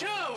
One,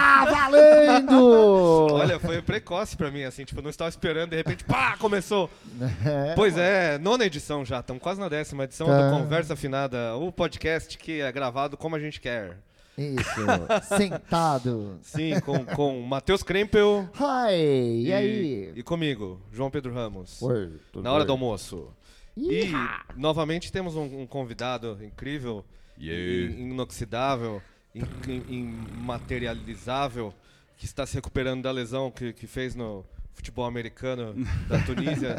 valendo! Olha, foi precoce pra mim, assim, tipo, eu não estava esperando, de repente, pá, começou. É. Pois é, nona edição já, estamos quase na décima edição Tá. do Conversa Afinada, o podcast que é gravado como a gente quer. Isso, sentado. Sim, com, com Matheus Krempel Hi, e, aí? e comigo, João Pedro Ramos, Oi, tudo na hora bem? do almoço. E novamente temos um, um convidado incrível, Yeah. in- inoxidável, in- in- imaterializável, que está se recuperando da lesão que, que fez no futebol americano da Tunísia.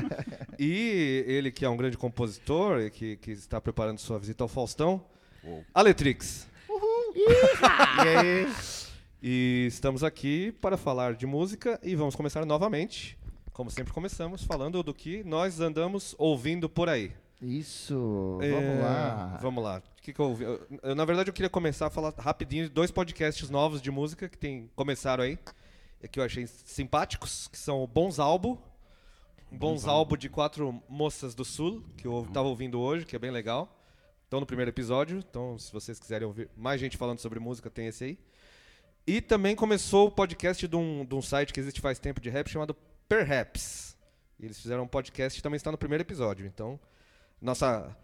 e ele que é um grande compositor e que, que está preparando sua visita ao Faustão, Aletrix. e aí? E estamos aqui para falar de música e vamos começar novamente, como sempre começamos, falando do que nós andamos ouvindo por aí. Isso, É, vamos lá. Vamos lá. O que que eu ouvi? Eu- eu, na verdade, eu queria começar a falar rapidinho de dois podcasts novos de música que tem, começaram aí, e que eu achei simpáticos, que são o Bons Albo, um Bons Albo de quatro moças do Sul, que eu tava ouvindo hoje, que é bem legal. Estão no primeiro episódio, então se vocês quiserem ouvir mais gente falando sobre música, tem esse aí. E também começou o podcast de um, de um site que existe faz tempo de rap chamado Perhaps. E eles fizeram um podcast também está no primeiro episódio. Então, nossa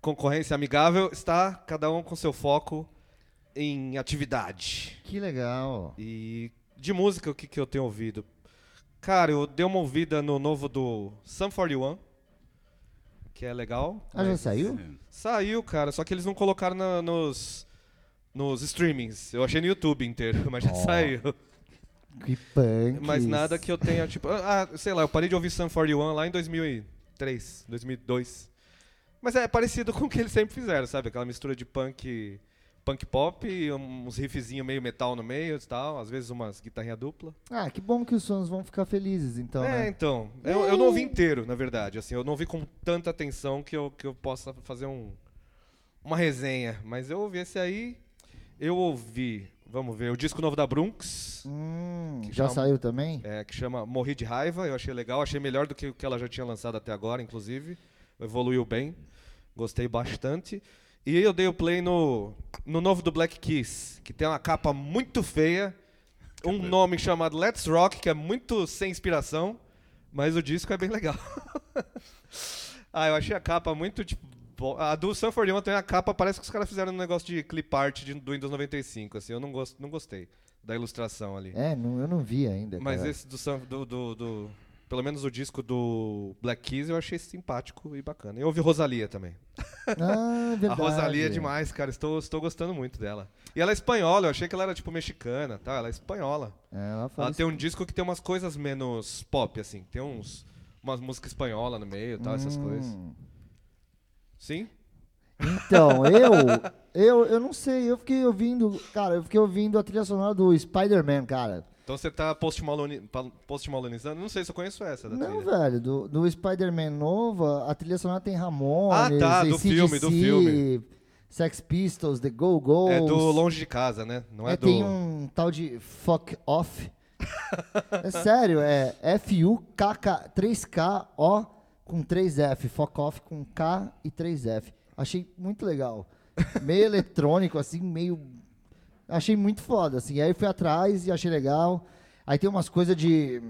concorrência amigável está cada um com seu foco em atividade. Que legal. E de música, o que, que eu tenho ouvido? Cara, eu dei uma ouvida no novo do Sum 41, que é legal. Ah, já mas- saiu? Saiu, cara, só que eles não colocaram na- nos, nos streamings. Eu achei no YouTube inteiro, mas já saiu. Que punk. Mas nada que eu tenha, tipo. Ah, ah, sei lá, eu parei de ouvir Sun 41 lá em 2003, 2002. Mas é parecido com o que eles sempre fizeram, sabe? Aquela mistura de punk, punk pop, e uns riffzinhos meio metal no meio e tal, às vezes umas guitarrinha dupla. Ah, que bom que os sons vão ficar felizes, então, é, né? então. Eu, eu não ouvi inteiro, na verdade. Assim, eu não ouvi com tanta atenção que eu, que eu possa fazer um, uma resenha. Mas eu ouvi esse aí. Eu ouvi, vamos ver, o disco novo da Brunx. Hum, então. Que já chama- saiu também? É, que chama Morri de Raiva, eu achei legal, achei melhor do que o que ela já tinha lançado até agora, inclusive. Evoluiu bem, gostei bastante. E eu dei o play no, no novo do Black Kiss, que tem uma capa muito feia, um nome chamado Let's Rock, que é muito sem inspiração, mas o disco é bem legal. ah, eu achei a capa muito, tipo, bo- a do Sanford One tem a capa, parece que os caras fizeram um negócio de clip art de, do Windows 95, assim, eu não, gosto, não gostei da ilustração ali. É, não, eu não vi ainda, Mas cara. esse do, Sam- do, do, do- Pelo menos o disco do Black Keys eu achei simpático e bacana. Eu ouvi Rosalia também. Ah, verdade. A Rosalia é demais, cara. Estou, estou gostando muito dela. E ela é espanhola, eu achei que ela era tipo mexicana, tá? Ela é espanhola. É, ela fala Ela tem um disco que tem umas coisas menos pop, assim. Tem uns. Umas músicas espanhola no meio e tal, essas Hum. coisas. Sim? Então, eu, eu, eu não sei, eu fiquei ouvindo, cara, eu fiquei ouvindo a trilha sonora do Spider-Man, cara. Então você tá post-malonizando? Post não sei se eu conheço essa da Não, trilha. velho, do, do Spider-Man novo, a trilha sonora tem Ramones, Ah, tá, do AC/DC, filme, do filme. Sex Pistols, The Go-Go's. É do Longe de Casa, né? Não é, É, do. Tem um tal de Fuck Off. é sério, é F-U-K-K-3-K-O com 3F. Fuck Off com K e 3F. Achei muito legal. Meio eletrônico, assim, meio... Achei muito foda, assim. Aí fui atrás e achei legal. Aí tem umas coisas de,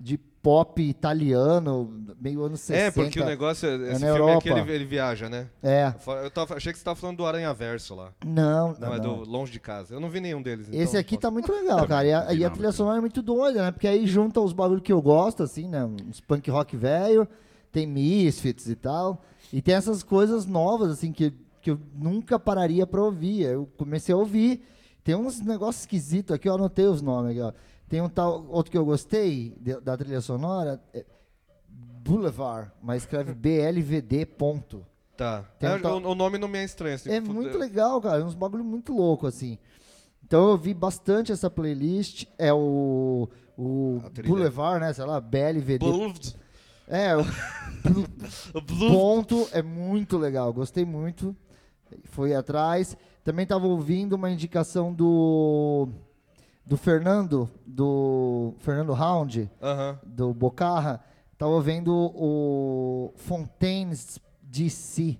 de pop italiano, meio anos 60. É, porque o negócio. Esse é na filme aqui Europa. ele- ele viaja, né? É. Fora- Eu tava- achei que você tava falando do Aranha Verso lá. Não, não, Não, é não. do Longe de Casa. Eu não vi nenhum deles. Esse então aqui posso- tá muito legal, cara. E a, e a trilha sonora é muito doida, né? Porque aí junta os bagulho que eu gosto, assim, né? Uns punk rock velho, tem Misfits e tal. E tem essas coisas novas, assim, que, que eu nunca pararia pra ouvir. Eu comecei a ouvir. Tem uns negócios esquisitos aqui, eu anotei os nomes aqui, ó. Tem um tal, outro que eu gostei de- da trilha sonora, é Boulevard, mas escreve BLVD, ponto. Tá. Tem um É, tal- o, o nome não me é estranho. assim, É fudeu. muito legal, cara. é Uns bagulho muito louco, assim. Então eu vi bastante essa playlist. É o. O A trilha. Boulevard, né? Sei lá, BLVD. Bluvd. É, o Blue- O Blue. Ponto é muito legal, gostei muito. Foi atrás. Também tava ouvindo uma indicação do do Fernando, do Fernando Round, Aham. do Bocarra. Tava ouvindo o Fontaines DC.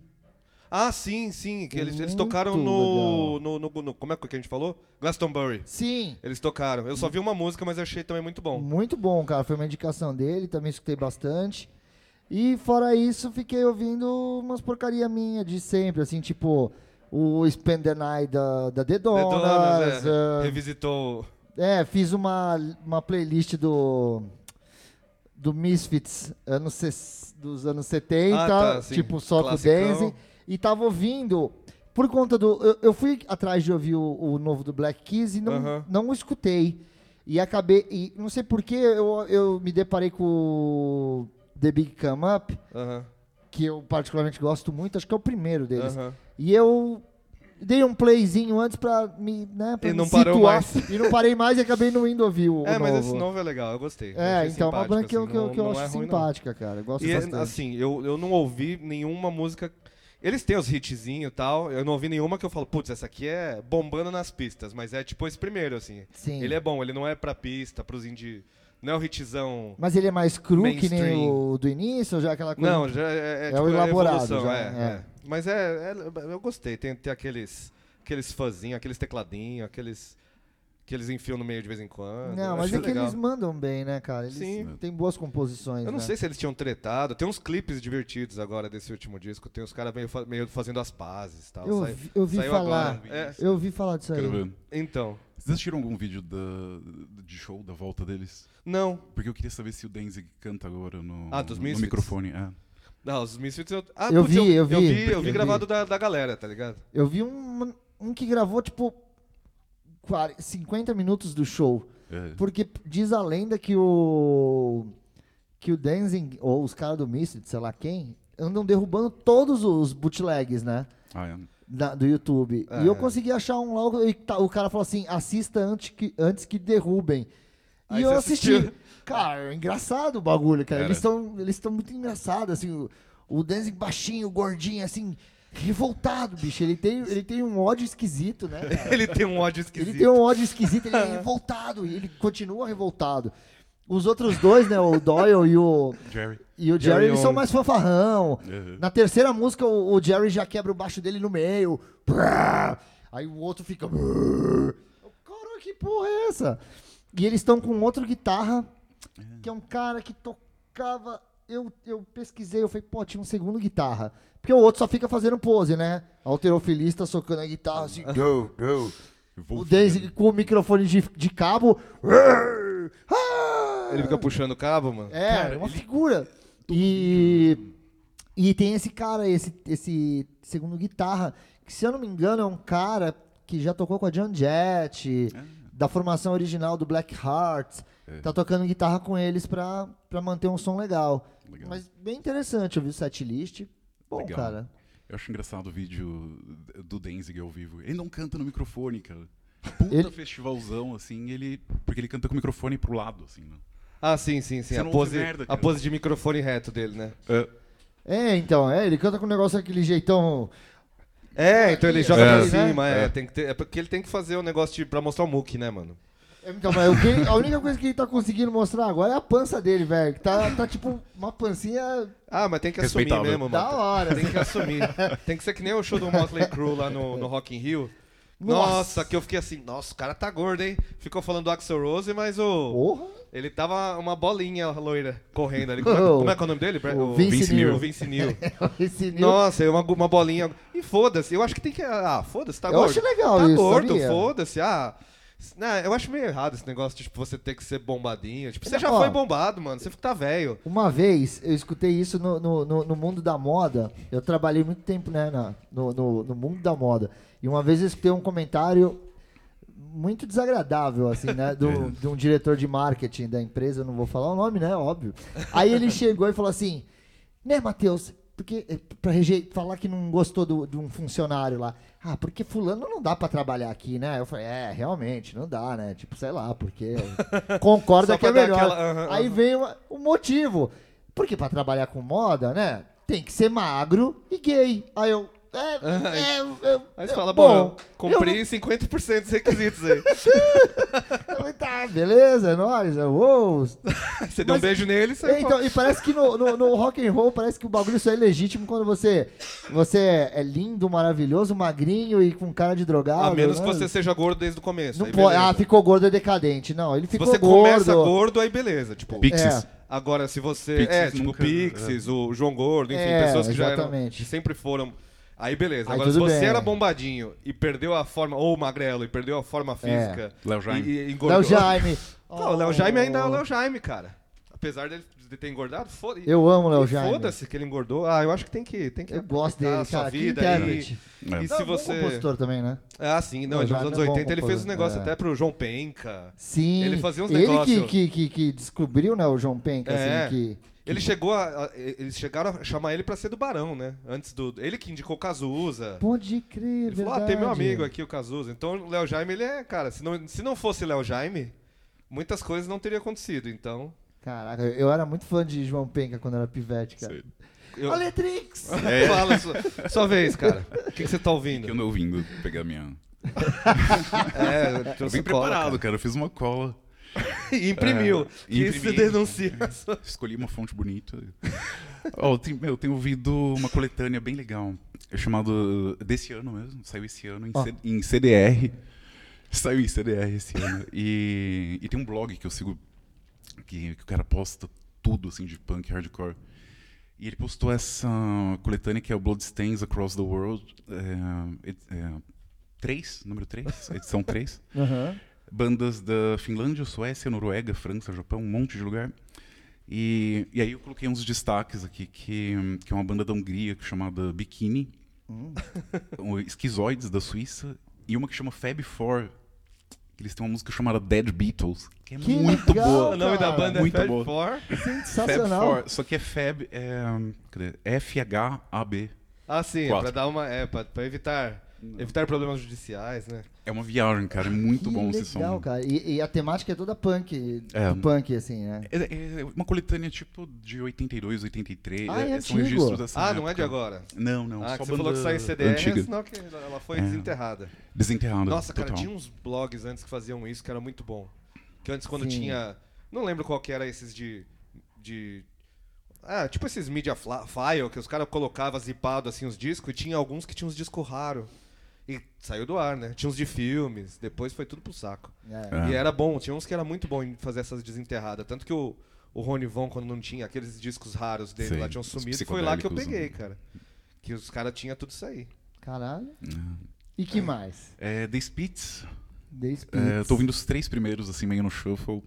Ah, sim, sim. Que eles, eles Muito tocaram no, no, no- no- Como é que a gente falou? Glastonbury. Sim, Eles tocaram. Eu só vi uma música, mas achei também muito bom. muito bom, cara. Foi uma indicação dele, também escutei bastante. E fora isso, fiquei ouvindo umas porcaria minha de sempre, assim, tipo o Spend the Night da, da The The Donas, Donas, é, ah, Revisitou. É, fiz uma, uma playlist do do Misfits anos, ses- dos anos 70, Ah, tá, sim. tipo só com Classicão. Dancing, e tava ouvindo por conta do eu, eu fui atrás de ouvir o, o novo do Black Keys e não, Aham. não escutei. E acabei e não sei por que eu, eu me deparei com o The Big Come Up, Aham. que eu particularmente gosto muito, acho que é o primeiro deles. Aham. E eu dei um playzinho antes pra me, né, pra E me não situar. parou mais. E não parei mais e acabei não indo ouvir o, É, o mas novo. esse novo é legal, eu gostei. Eu É, achei então, uma simpático, banda que eu, assim, que eu, não- que eu não acho é ruim, não. simpática, cara. Eu gosto E bastante. assim, eu, eu não ouvi nenhuma música. Eles têm os hitzinho e tal. Eu não ouvi nenhuma que eu falo, putz, essa aqui é bombando nas pistas, mas é tipo esse primeiro, assim. Sim. Ele é bom, ele não é pra pista, pros indie. Não é o hitzão. Mas ele é mais cru que nem Mainstream. o do início, ou já aquela coisa. Não, já é, é, É tipo, o elaborado, evolução, já, é, é. é. Mas é, é- Eu gostei. Tem, tem aqueles. Aqueles fãzinhos, aqueles tecladinhos, aqueles. Que eles enfiam no meio de vez em quando. Não, Eu mas achei é que legal. eles mandam bem, né, cara? Eles Sim. têm boas composições. Eu não né? sei se eles tinham tretado. Tem uns clipes divertidos agora desse último disco. Tem os caras meio, fa- meio fazendo as pazes e tal. Eu Sai- vi- eu vi saiu falar. agora. É, Eu ouvi falar disso aí. Quero ver. então. Vocês assistiram algum vídeo da- de show da volta deles? Não. Porque eu queria saber se o Danzig canta agora no, Ah, dos no Misfits? microfone. É. Não, os Misfits eu. Ah, Eu putz, vi, eu Eu vi. vi, eu Eu vi vi. gravado da, da galera, tá ligado? Eu vi um, um que gravou, tipo, 40, 50 minutos do show. É. Porque p- diz a lenda que o. que o Denzing, ou os caras do Misfits, sei lá quem, andam derrubando todos os bootlegs, né? Ah, é. da- do YouTube. E É. eu consegui achar um logo. E tá- o cara falou assim: assista antes que, antes que derrubem. E Aí eu você assisti. assistiu. Cara, é engraçado o bagulho, cara. Era. Eles estão eles tão muito engraçados, assim. O, o Danzig baixinho, gordinho, assim, revoltado, bicho. Ele tem, ele tem um ódio esquisito, né? cara? Ele tem um ódio Ele esquisito. tem um ódio esquisito, ele é revoltado. E ele continua revoltado. Os outros dois, né? O Doyle e o, Jerry. e o Jerry, Jerry eles são Owens. mais fanfarrão. Uhum. Na terceira música, o, o Jerry já quebra o baixo dele no meio. Brá! Aí o outro fica. Caralho, que porra é essa? E eles estão com outro guitarra, que é um cara que tocava. Eu, eu pesquisei, eu falei, pô, tinha um segundo guitarra. Porque o outro só fica fazendo pose, né? Alterofilista socando a guitarra assim. Go, go. O Daisy né? com o microfone de, de cabo. Ah! Ele fica puxando o cabo, mano. É, uma figura. E, e tem esse cara, esse, esse segundo guitarra, que se eu não me engano é um cara que já tocou com a John Jett, É. da formação original do Black Hearts. Tá tocando guitarra com eles pra, pra manter um som legal. Legal. Mas bem interessante, eu vi o setlist. Bom, Legal. cara. Eu acho engraçado o vídeo do Danzig ao vivo. Ele não canta no microfone, cara. Puta Ele- festivalzão, assim, ele. Porque ele canta com o microfone pro lado, assim, né? Ah, sim, sim, sim. Você A não pose, ouve merda, a cara. pose de microfone reto dele, né? É, então, é, ele canta com um negócio daquele jeitão. Ah, É, então ele joga É. pra Aqui, né? cima, é. É. tem que ter- é porque ele tem que fazer o negócio de, pra mostrar o muque, né, mano? Então, mas o que ele- a única coisa que ele tá conseguindo mostrar agora é a pança dele, velho. que Tá, tá tipo uma pancinha Ah, mas tem que assumir Respeitável. mesmo, mano. da hora. Tem que assumir. Tem que ser que nem o show do Motley Crue lá no, no Rock in Rio. Nossa. Nossa. que eu fiquei assim, nossa, o cara tá gordo, hein? Ficou falando do Axel Rose, mas o. Porra! Ele tava uma bolinha loira correndo ali. Como é, Oh. como é que é o nome dele? Bre- O Vince Neil. O Vince Neil. Esse nível- Nossa, é uma, uma bolinha. E foda-se, eu acho que tem que. Ah, foda-se, tá Eu gordo. acho legal tá isso, gordo, sabia? foda-se. Ah. s- Não, eu acho meio errado esse negócio de tipo, você ter que ser bombadinho. Tipo, você já Ó. foi bombado, mano. Você tá velho. Uma vez eu escutei isso no, no, no- no mundo da moda. Eu trabalhei muito tempo né, na- no, no- no mundo da moda. E uma vez eu escutei um comentário muito desagradável, assim, né? do- de um diretor de marketing da empresa, eu não vou falar o nome, né? Óbvio. Aí ele chegou e falou assim: né, Matheus? Porque eh, pra reje- falar que não gostou do- de um funcionário lá. Ah, porque fulano não dá pra trabalhar aqui, né? Eu falei, é, realmente, não dá, né? Tipo, sei lá, porque concorda Só que é pra dar melhor. aquela- aham, Aí veio uma- o um motivo. Porque pra trabalhar com moda, né? Tem que ser magro e gay. Aí eu. É, é, eu- Aí eu- você fala, bom, bom, cumpri 50% dos requisitos aí. eu falei, tá, beleza, é nóis. eu, Uou, Você deu Mas- um beijo nele, É, você então, e parece que no, no, no rock and roll parece que o bagulho só é legítimo quando você, você é lindo, maravilhoso, magrinho e com cara de drogado. A menos né? que você seja gordo desde o começo. Não aí pode, beleza. ah, ficou gordo é decadente. Não, ele Se ficou você gordo. É. começa gordo, aí beleza. Tipo, Pixies. agora se você. Pixies é, tipo, nunca- né? Pixies, o João Gordo, enfim, É, pessoas que já eram. exatamente. Que sempre foram. Aí beleza. Aí agora, se tudo você bem. era bombadinho e perdeu a forma. Ou magrelo e perdeu a forma física. Léo Jaime. E, e engordou. É. Léo Jaime. Oh. Pô, o Léo Jaime ainda é o Léo Jaime, cara. Apesar dele de ter engordado, foda Eu amo o Léo e Jaime. Foda-se que ele engordou. Ah, eu acho que tem que. Tem que Eu gosto aproveitar dele, a sua cara. Kim vida Carrot. e, É. e Não, se bom você. compositor também, né? Ah, sim, não, Não, ele já nos anos não é bom 80 ele fez compor- uns negócios é. até pro João Penca. Sim. Ele fazia uns Ele negócio- que, que, que, que descobriu, né, o João Penca, É. assim, que... Ele chegou a, a- Eles chegaram a chamar ele pra ser do Barão, né? Antes do. Ele que indicou o Cazuza. Pode crer, Ele é verdade. falou, ah, tem meu amigo aqui, o Cazuza. Então o Léo Jaime, ele é, cara, se não, se não fosse Léo Jaime, muitas coisas não teriam acontecido. Então. Caraca, eu era muito fã de João Penca quando era pivete, cara. Sei. Eu... Aletrix! Fala sua, sua vez, cara. O que, que você tá ouvindo? Que eu não ouvindo pegar minha. É, eu Eu trouxe vim cola, preparado, cara. Eu fiz uma cola. cara. E imprimiu. É, que imprimi. se denuncia. a sua- Escolhi uma fonte bonita. Ó, eu tenho- meu, eu tenho ouvido uma coletânea bem legal. É chamado. Desse ano mesmo. Saiu esse ano em, Ó. C- em CDR. Saiu em CDR esse ano. E, e tem um blog que eu sigo. Que, que o cara posta tudo assim de punk hardcore. E ele postou essa coletânea que é o Bloodstains Across the World. É, ed- é, 3, número 3, edição 3 Aham. bandas da Finlândia, Suécia, Noruega, França, Japão, um monte de lugar. E, e aí eu coloquei uns destaques aqui, que, que é uma banda da Hungria que é chamada Bikini, Hum. o Esquizoides da Suíça, e uma que chama Fab Four. que Eles têm uma música chamada Dead Beatles, que é Que muito legal, né? boa. O nome da cara. banda Muito é Fab boa. Four. Fab Sensacional. Four, só que é Fab, é, cadê? F-H-A-B. Ah, sim, Quatro. pra dar uma. É, pra, pra evitar. Evitar problemas judiciais, né? É uma viagem, cara, é muito que bom legal, esse som. cara. E, e a temática é toda punk, É. do punk, assim, né? É, é uma coletânea tipo de 82, 83, Ah, é são antigo. registros dessa Ah, não é de época. agora. Não, não. Ah, só que você falou que banda saiu em CDR, antiga. senão que ela foi É. desenterrada. Desenterrada. Nossa, cara, total. tinha um uns blogs antes que faziam isso que era muito bom. Que antes quando Sim. tinha. Não lembro qual que era esses de. de ah, tipo esses media fla- file que os caras colocavam zipado assim os discos e tinha alguns que tinham uns discos raros. E saiu do ar, né? Tinha uns de filmes, depois foi tudo pro saco. É. É. E era bom, tinha uns que era muito bom em fazer essas desenterradas. Tanto que o, o Rony Von, quando não tinha aqueles discos raros dele Sim, lá, tinham os sumido, foi lá que eu psicodélicos, peguei, né? cara. Que os caras tinham tudo isso aí. Caralho. E que mais? É, The Spits. The Spirits. É, eu tô ouvindo os três primeiros, assim, meio no shuffle.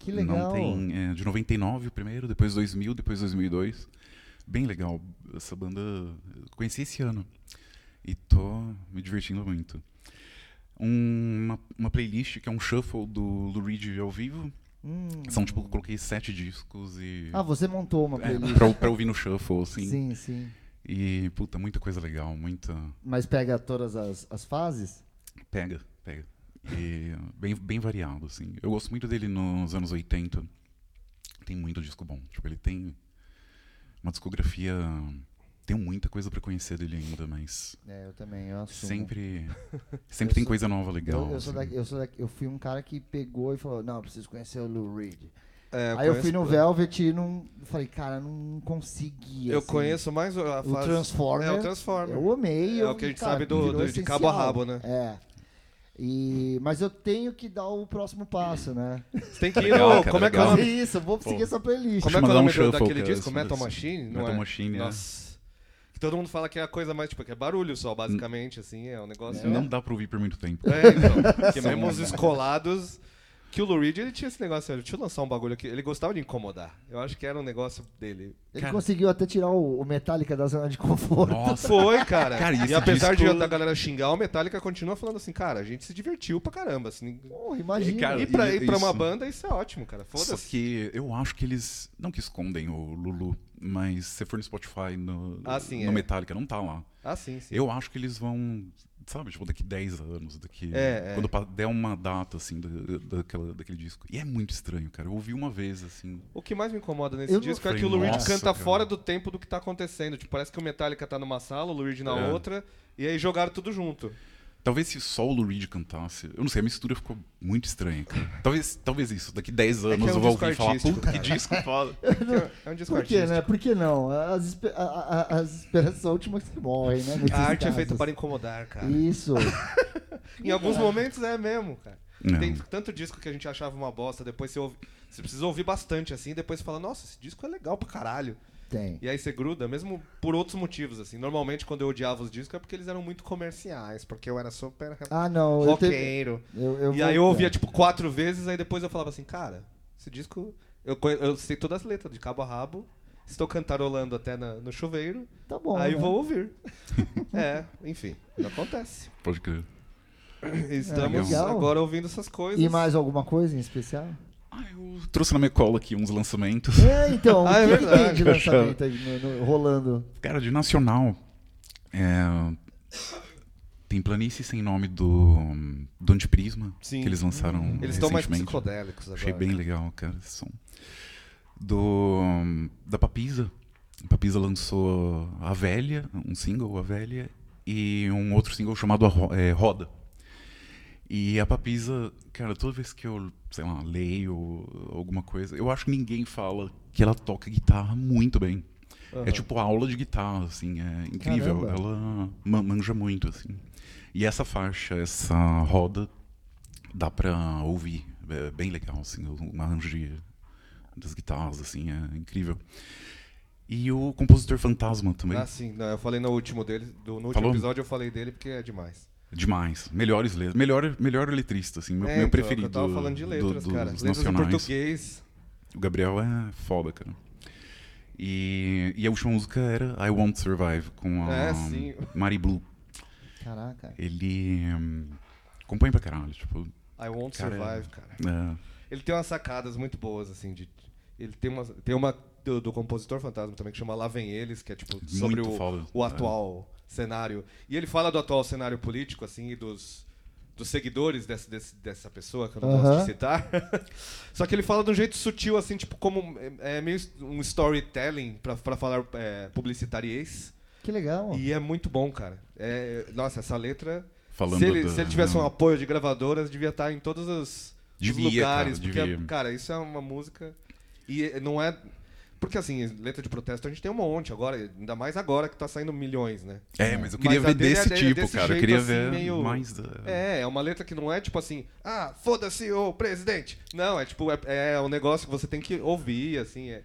Que legal. Não tem, é, de 99 o primeiro, depois 2000, depois 2002. Bem legal. Essa banda eu conheci esse ano. E tô me divertindo muito. Um- uma, uma playlist que é um shuffle do Lou Reed ao vivo. Hum. São, tipo, eu coloquei sete discos e... Ah, você montou uma é, playlist. pra, pra ouvir no shuffle, assim. sim, sim. E, puta, muita coisa legal, muita... Mas pega todas as, as fases? Pega, pega. E bem, bem variado, assim. Eu gosto muito dele nos anos 80. Tem muito disco bom. Tipo, ele tem uma discografia. Tem muita coisa pra conhecer dele ainda, mas É, eu também, eu assumo. sempre, Eu sempre tem sou- coisa nova legal. Então, Eu, eu, sou assim. daqui- eu, sou daqui- eu fui um cara que pegou e falou, não, eu preciso conhecer o Lou Reed. É, Aí eu fui conheço- no Velvet e não... Falei, cara, não consegui, Eu assim. conheço mais a o fase. Transformer. É o Transformer. Eu amei. É eu- o que a gente cara, sabe do- virou do- de cabo a essencial. rabo, né? É. E, mas eu tenho que dar o próximo passo, né? Você tem que ir no. Legal, cara, como é que é o legal. Fazer nome? isso, eu vou seguir essa playlist. Como é que é o mandar um nome do- shuffle, daquele cara, disco? Metal isso- Machine? Não Metal é? Machine, é. Nossa. Que todo mundo fala que é a coisa mais, tipo, que é barulho só, basicamente, assim, é um negócio. Não dá pra ouvir por muito tempo. É, então. Que mesmo os descolados. Que o Lou Reed, ele tinha esse negócio, olha, deixa eu lançar um bagulho aqui. Ele gostava de incomodar. Eu acho que era um negócio dele. Ele Cara. conseguiu até tirar o, o Metallica da zona de conforto. Nossa, Foi, cara. Cara, e esse e apesar disco- de a galera xingar, o Metallica continua falando assim, cara, a gente se divertiu pra caramba. Assim, Porra, imagina. E, cara, e pra, e- e pra uma isso. banda, isso é ótimo, cara. Só Foda-se. que eu acho que eles. Não que escondem o Lulu, mas se você for no Spotify, no, Ah, sim, no é. Metallica, não tá lá. Ah, sim, sim. Eu acho que eles vão sabe, tipo, daqui 10 anos, daqui. É, é. quando pa- der uma data, assim, da, daquela, daquele disco. E é muito estranho, cara. Eu ouvi uma vez, assim. O que mais me incomoda nesse Eu não- disco é Falei, que o Lou Reed "Nossa, canta cara." fora do tempo do que tá acontecendo. Tipo, parece que o Metallica tá numa sala, o Lou Reed na É. outra, e aí jogaram tudo junto. Talvez se só o Lou Reed cantasse. Eu não sei, a mistura ficou muito estranha, cara. Talvez, talvez isso, daqui 10 é anos um eu vou disco ouvir e falar, artístico, né?" puta, que disco foda. É um disco Por quê, artístico. né? Por que não? As, espe- a- a- a- as esperanças são últimas que morrem, né? nesses A arte é casos. feita para incomodar, cara. Isso. Em alguns momentos é mesmo, cara. Não. Tem tanto disco que a gente achava uma bosta, depois você ouve. Você precisa ouvir bastante, assim, depois você fala, nossa, esse disco é legal pra caralho. Tem. E aí você gruda, mesmo por outros motivos, assim. Normalmente, quando eu odiava os discos, é porque eles eram muito comerciais, porque eu era super Ah, não. eu te- roqueiro. eu- eu E vou- aí eu ouvia, tipo, quatro vezes, aí depois eu falava assim, cara, esse disco. Eu, conhe- eu sei todas as letras, de cabo a rabo. Estou cantarolando até na- no chuveiro. Tá bom. aí né? vou ouvir. é, enfim, acontece. Pode crer. Estamos legal. agora ouvindo essas coisas. E mais alguma coisa em especial? Ah, eu trouxe na minha cola aqui uns lançamentos. É, então. Ah, é o que que tem verdade. de lançamento aí no- no- rolando? Cara, de nacional. é, Tem Planície Sem Nome do, do Antiprisma, Sim. Uhum. que eles lançaram um. Eles estão mais recentemente. psicodélicos agora. Achei bem legal, cara, esse som. Do, da Papisa. A Papisa lançou A Velha, um single, A Velha, e um outro single chamado A Ro- é, Roda. E a Papisa, cara, toda vez que eu, sei lá, leio alguma coisa, eu acho que ninguém fala que ela toca guitarra muito bem. É tipo aula de guitarra, assim, é incrível. Caramba. Ela ma- manja muito, assim. E essa faixa, essa roda, dá pra ouvir. É bem legal, assim, um arranjo de- das guitarras, assim, é incrível. E o compositor fantasma também. Ah, sim. Não, eu falei no último dele. Do, no último Falou? episódio eu falei dele porque é demais. Demais. Melhores letras. Melhor, melhor letrista, assim. Meu, é, meu então, preferido. Eu tava falando de do- letras, dos cara. Letras em nacionais. português. O Gabriel é foda, cara. E, e a última música era I Won't Survive, com a É, sim. Mari Blue. Caraca. Ele hum, compõe pra caralho, tipo. I won't Cara, survive, cara. é, Ele tem umas sacadas muito boas, assim, de. Ele tem uma. Tem uma do, do compositor fantasma também que chama Lá Vem Eles, que é tipo sobre Muito o, foda. o atual cenário. E ele fala do atual cenário político, assim, e dos, dos seguidores desse, desse- dessa pessoa, que eu não gosto Aham. de citar. Só que ele fala de um jeito sutil, assim, tipo, como. É, é meio um storytelling pra, pra falar é, publicitariês. Que legal. E é muito bom, cara. É, nossa, essa letra. Falando se, ele, da- se ele tivesse um apoio de gravadoras, devia estar em todos os, os Devia, lugares. cara, porque, devia. cara, isso é uma música. E eh, não é. Porque assim, letra de protesto a gente tem um monte agora, ainda mais agora que tá saindo milhões, né? É, mas eu queria Mas a ver dele é desse de- tipo, desse cara. Eu jeito, queria assim, ver meio- mais. uh, da- É, é uma letra que não é tipo assim, ah, foda-se o presidente. Não, é tipo, é, é um negócio que você tem que ouvir, assim. É,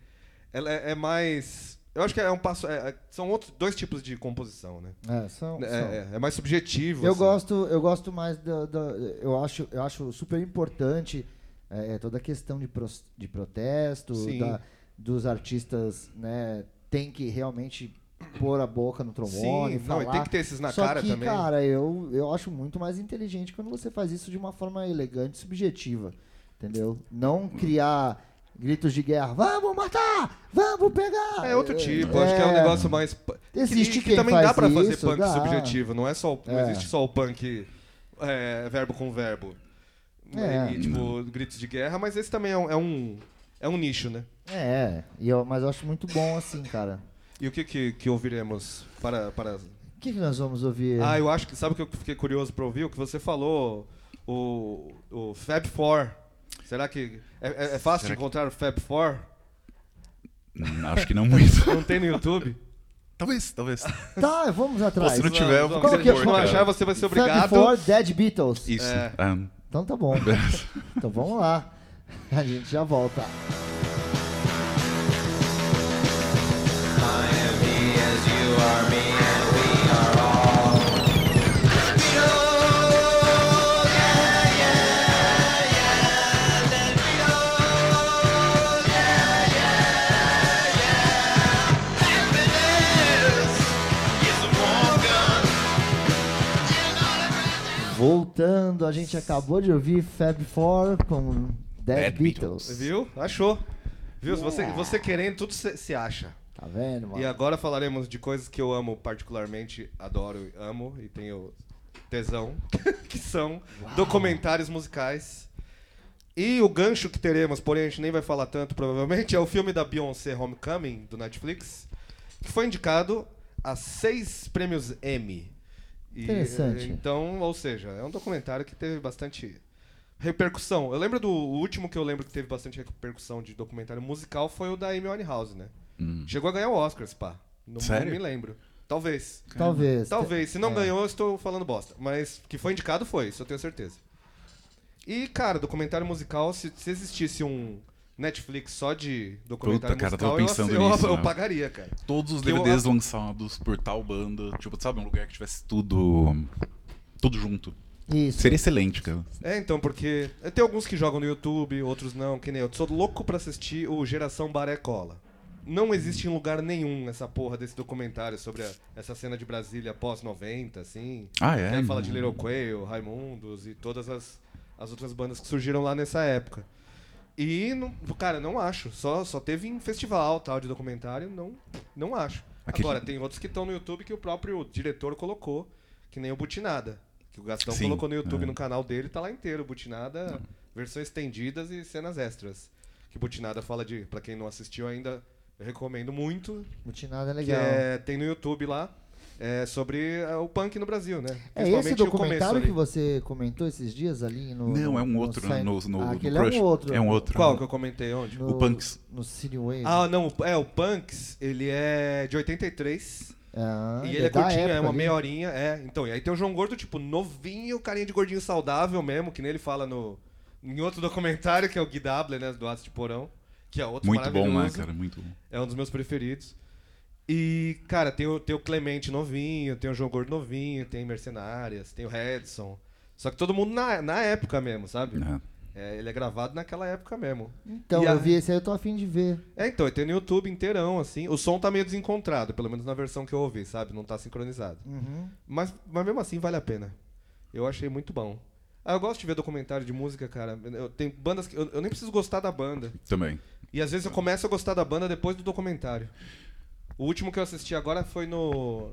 ela é, é mais. Eu acho que é um passo. é- é- são outros dois tipos de composição, né? É, são- É, são. é- é mais subjetivo. Eu assim. gosto, eu gosto mais da, da- eu acho, eu acho super importante é, é, toda a questão de, pros- de protesto, Sim. da- dos artistas, né, tem que realmente pôr a boca no trombone, Sim, não, falar. e tem que ter esses na Só cara que, também. cara, eu, eu acho muito mais inteligente quando você faz isso de uma forma elegante e subjetiva, entendeu? Não criar gritos de guerra, vamos matar, vamos pegar. É outro tipo, acho que é um negócio mais. pu- Existe que, que quem também faz dá pra fazer isso, punk dá. subjetivo, não é só o- não É. existe só o punk é, verbo com verbo. É. E, tipo, gritos de guerra, mas esse também é um, é um, é um nicho, né? É, e eu, mas eu acho muito bom assim, cara. E o que, que, que ouviremos para, para. O que, que nós vamos ouvir? Ah, eu acho que. Sabe o que eu fiquei curioso pra ouvir? O que você falou, o, o Fab Four. Será que. É, é- é fácil Será de que- encontrar o Fab Four? Hum, Acho que não muito. Não tem no YouTube? talvez, talvez. Tá, vamos atrás. Se não tiver, eu vou Qual Então, Se que é o você não nome? achar, você vai ser Fab obrigado. Four, Dead Beatles. Isso. É. é. Então tá bom. então vamos lá. A gente já volta. Voltando, a gente acabou de ouvir Fab Four com Dead, Dead Beatles. Viu? Achou. Viu? Se Você, você querendo, tudo se, se acha. Tá vendo, mano? E agora falaremos de coisas que eu amo particularmente, adoro, amo e tenho tesão, que são documentários musicais. E o gancho que teremos, porém a gente nem vai falar tanto provavelmente, é o filme da Beyoncé Homecoming, do Netflix, que foi indicado a seis prêmios Emmy. E, Interessante. Então, ou seja, é um documentário que teve bastante repercussão. Eu lembro do o último que eu lembro que teve bastante repercussão de documentário musical foi o da Amy Winehouse, né? Hum. Chegou a ganhar o Oscar, pá. Não, Sério? não me lembro. Talvez. Talvez. Talvez. Se não É. ganhou, eu estou falando bosta. Mas que foi indicado foi, isso eu tenho certeza. E, cara, documentário musical, se, se existisse um Netflix só de documentário Puta, cara, eu musical, tava eu, pensando eu- nisso, eu né? pagaria, cara. Todos os Que eu- DVDs lançados por tal banda, tipo, sabe, um lugar que tivesse tudo. Tudo junto. Isso. Seria excelente, cara. É, então, porque tem alguns que jogam no YouTube, outros não, que nem eu. Sou louco pra assistir o Geração Baré Cola. Não existe em lugar nenhum essa porra desse documentário sobre a- essa cena de Brasília pós-90, assim. Ah, é? Que aí fala de Não. Little Quail, Raimundos e todas as, as outras bandas que surgiram lá nessa época. E, não- cara, não acho. Só, só teve em festival tal de documentário, não, não acho. Aquele- Agora, tem outros que estão no YouTube que o próprio diretor colocou, que nem o Butinada. Que o Gastão Sim, Então, colocou no YouTube, é. no canal dele, tá lá inteiro. Butinada, versões estendidas e cenas extras. Que Butinada fala de, pra quem não assistiu ainda, eu recomendo muito. Mutinada é Que legal. é, tem no YouTube lá. É sobre é, o punk no Brasil, né? É esse Principalmente o documentário ali. que você comentou esses dias ali no. Não, no- é um no outro site? no, no, Ah, no aquele Crush. é um outro. É um outro. Qual que eu comentei onde? No, O Punks. No Cineway. Ah, não, o- é, o Punks, ele é de 83. Ah, e ele ele é da curtinho, época é uma ali. meia horinha, é. Então, e aí tem o João Gordo, tipo, novinho, carinha de gordinho saudável mesmo, que nem ele fala no, em outro documentário, que é o Gui Dabler, né, do Aço de Porão, que é outro Muito bom, né, maravilhoso. cara? Muito bom. É um dos meus preferidos. E, cara, tem o, tem o Clemente novinho, tem o João Gordo novinho, tem Mercenárias, tem o Redson. Só que todo mundo na, na época mesmo, sabe? É. É, ele é gravado naquela época mesmo. Então, E a- eu vi esse aí, eu tô afim de ver. É, então, tem no YouTube inteirão, assim. O som tá meio desencontrado, pelo menos na versão que eu ouvi, sabe? Não tá sincronizado. Uhum. Mas, mas mesmo assim, vale a pena. Eu achei muito bom. Ah, eu gosto de ver documentário de música, cara. Eu, tem bandas que. Eu, eu nem preciso gostar da banda. Também. E às vezes eu começo a gostar da banda depois do documentário. O último que eu assisti agora foi no.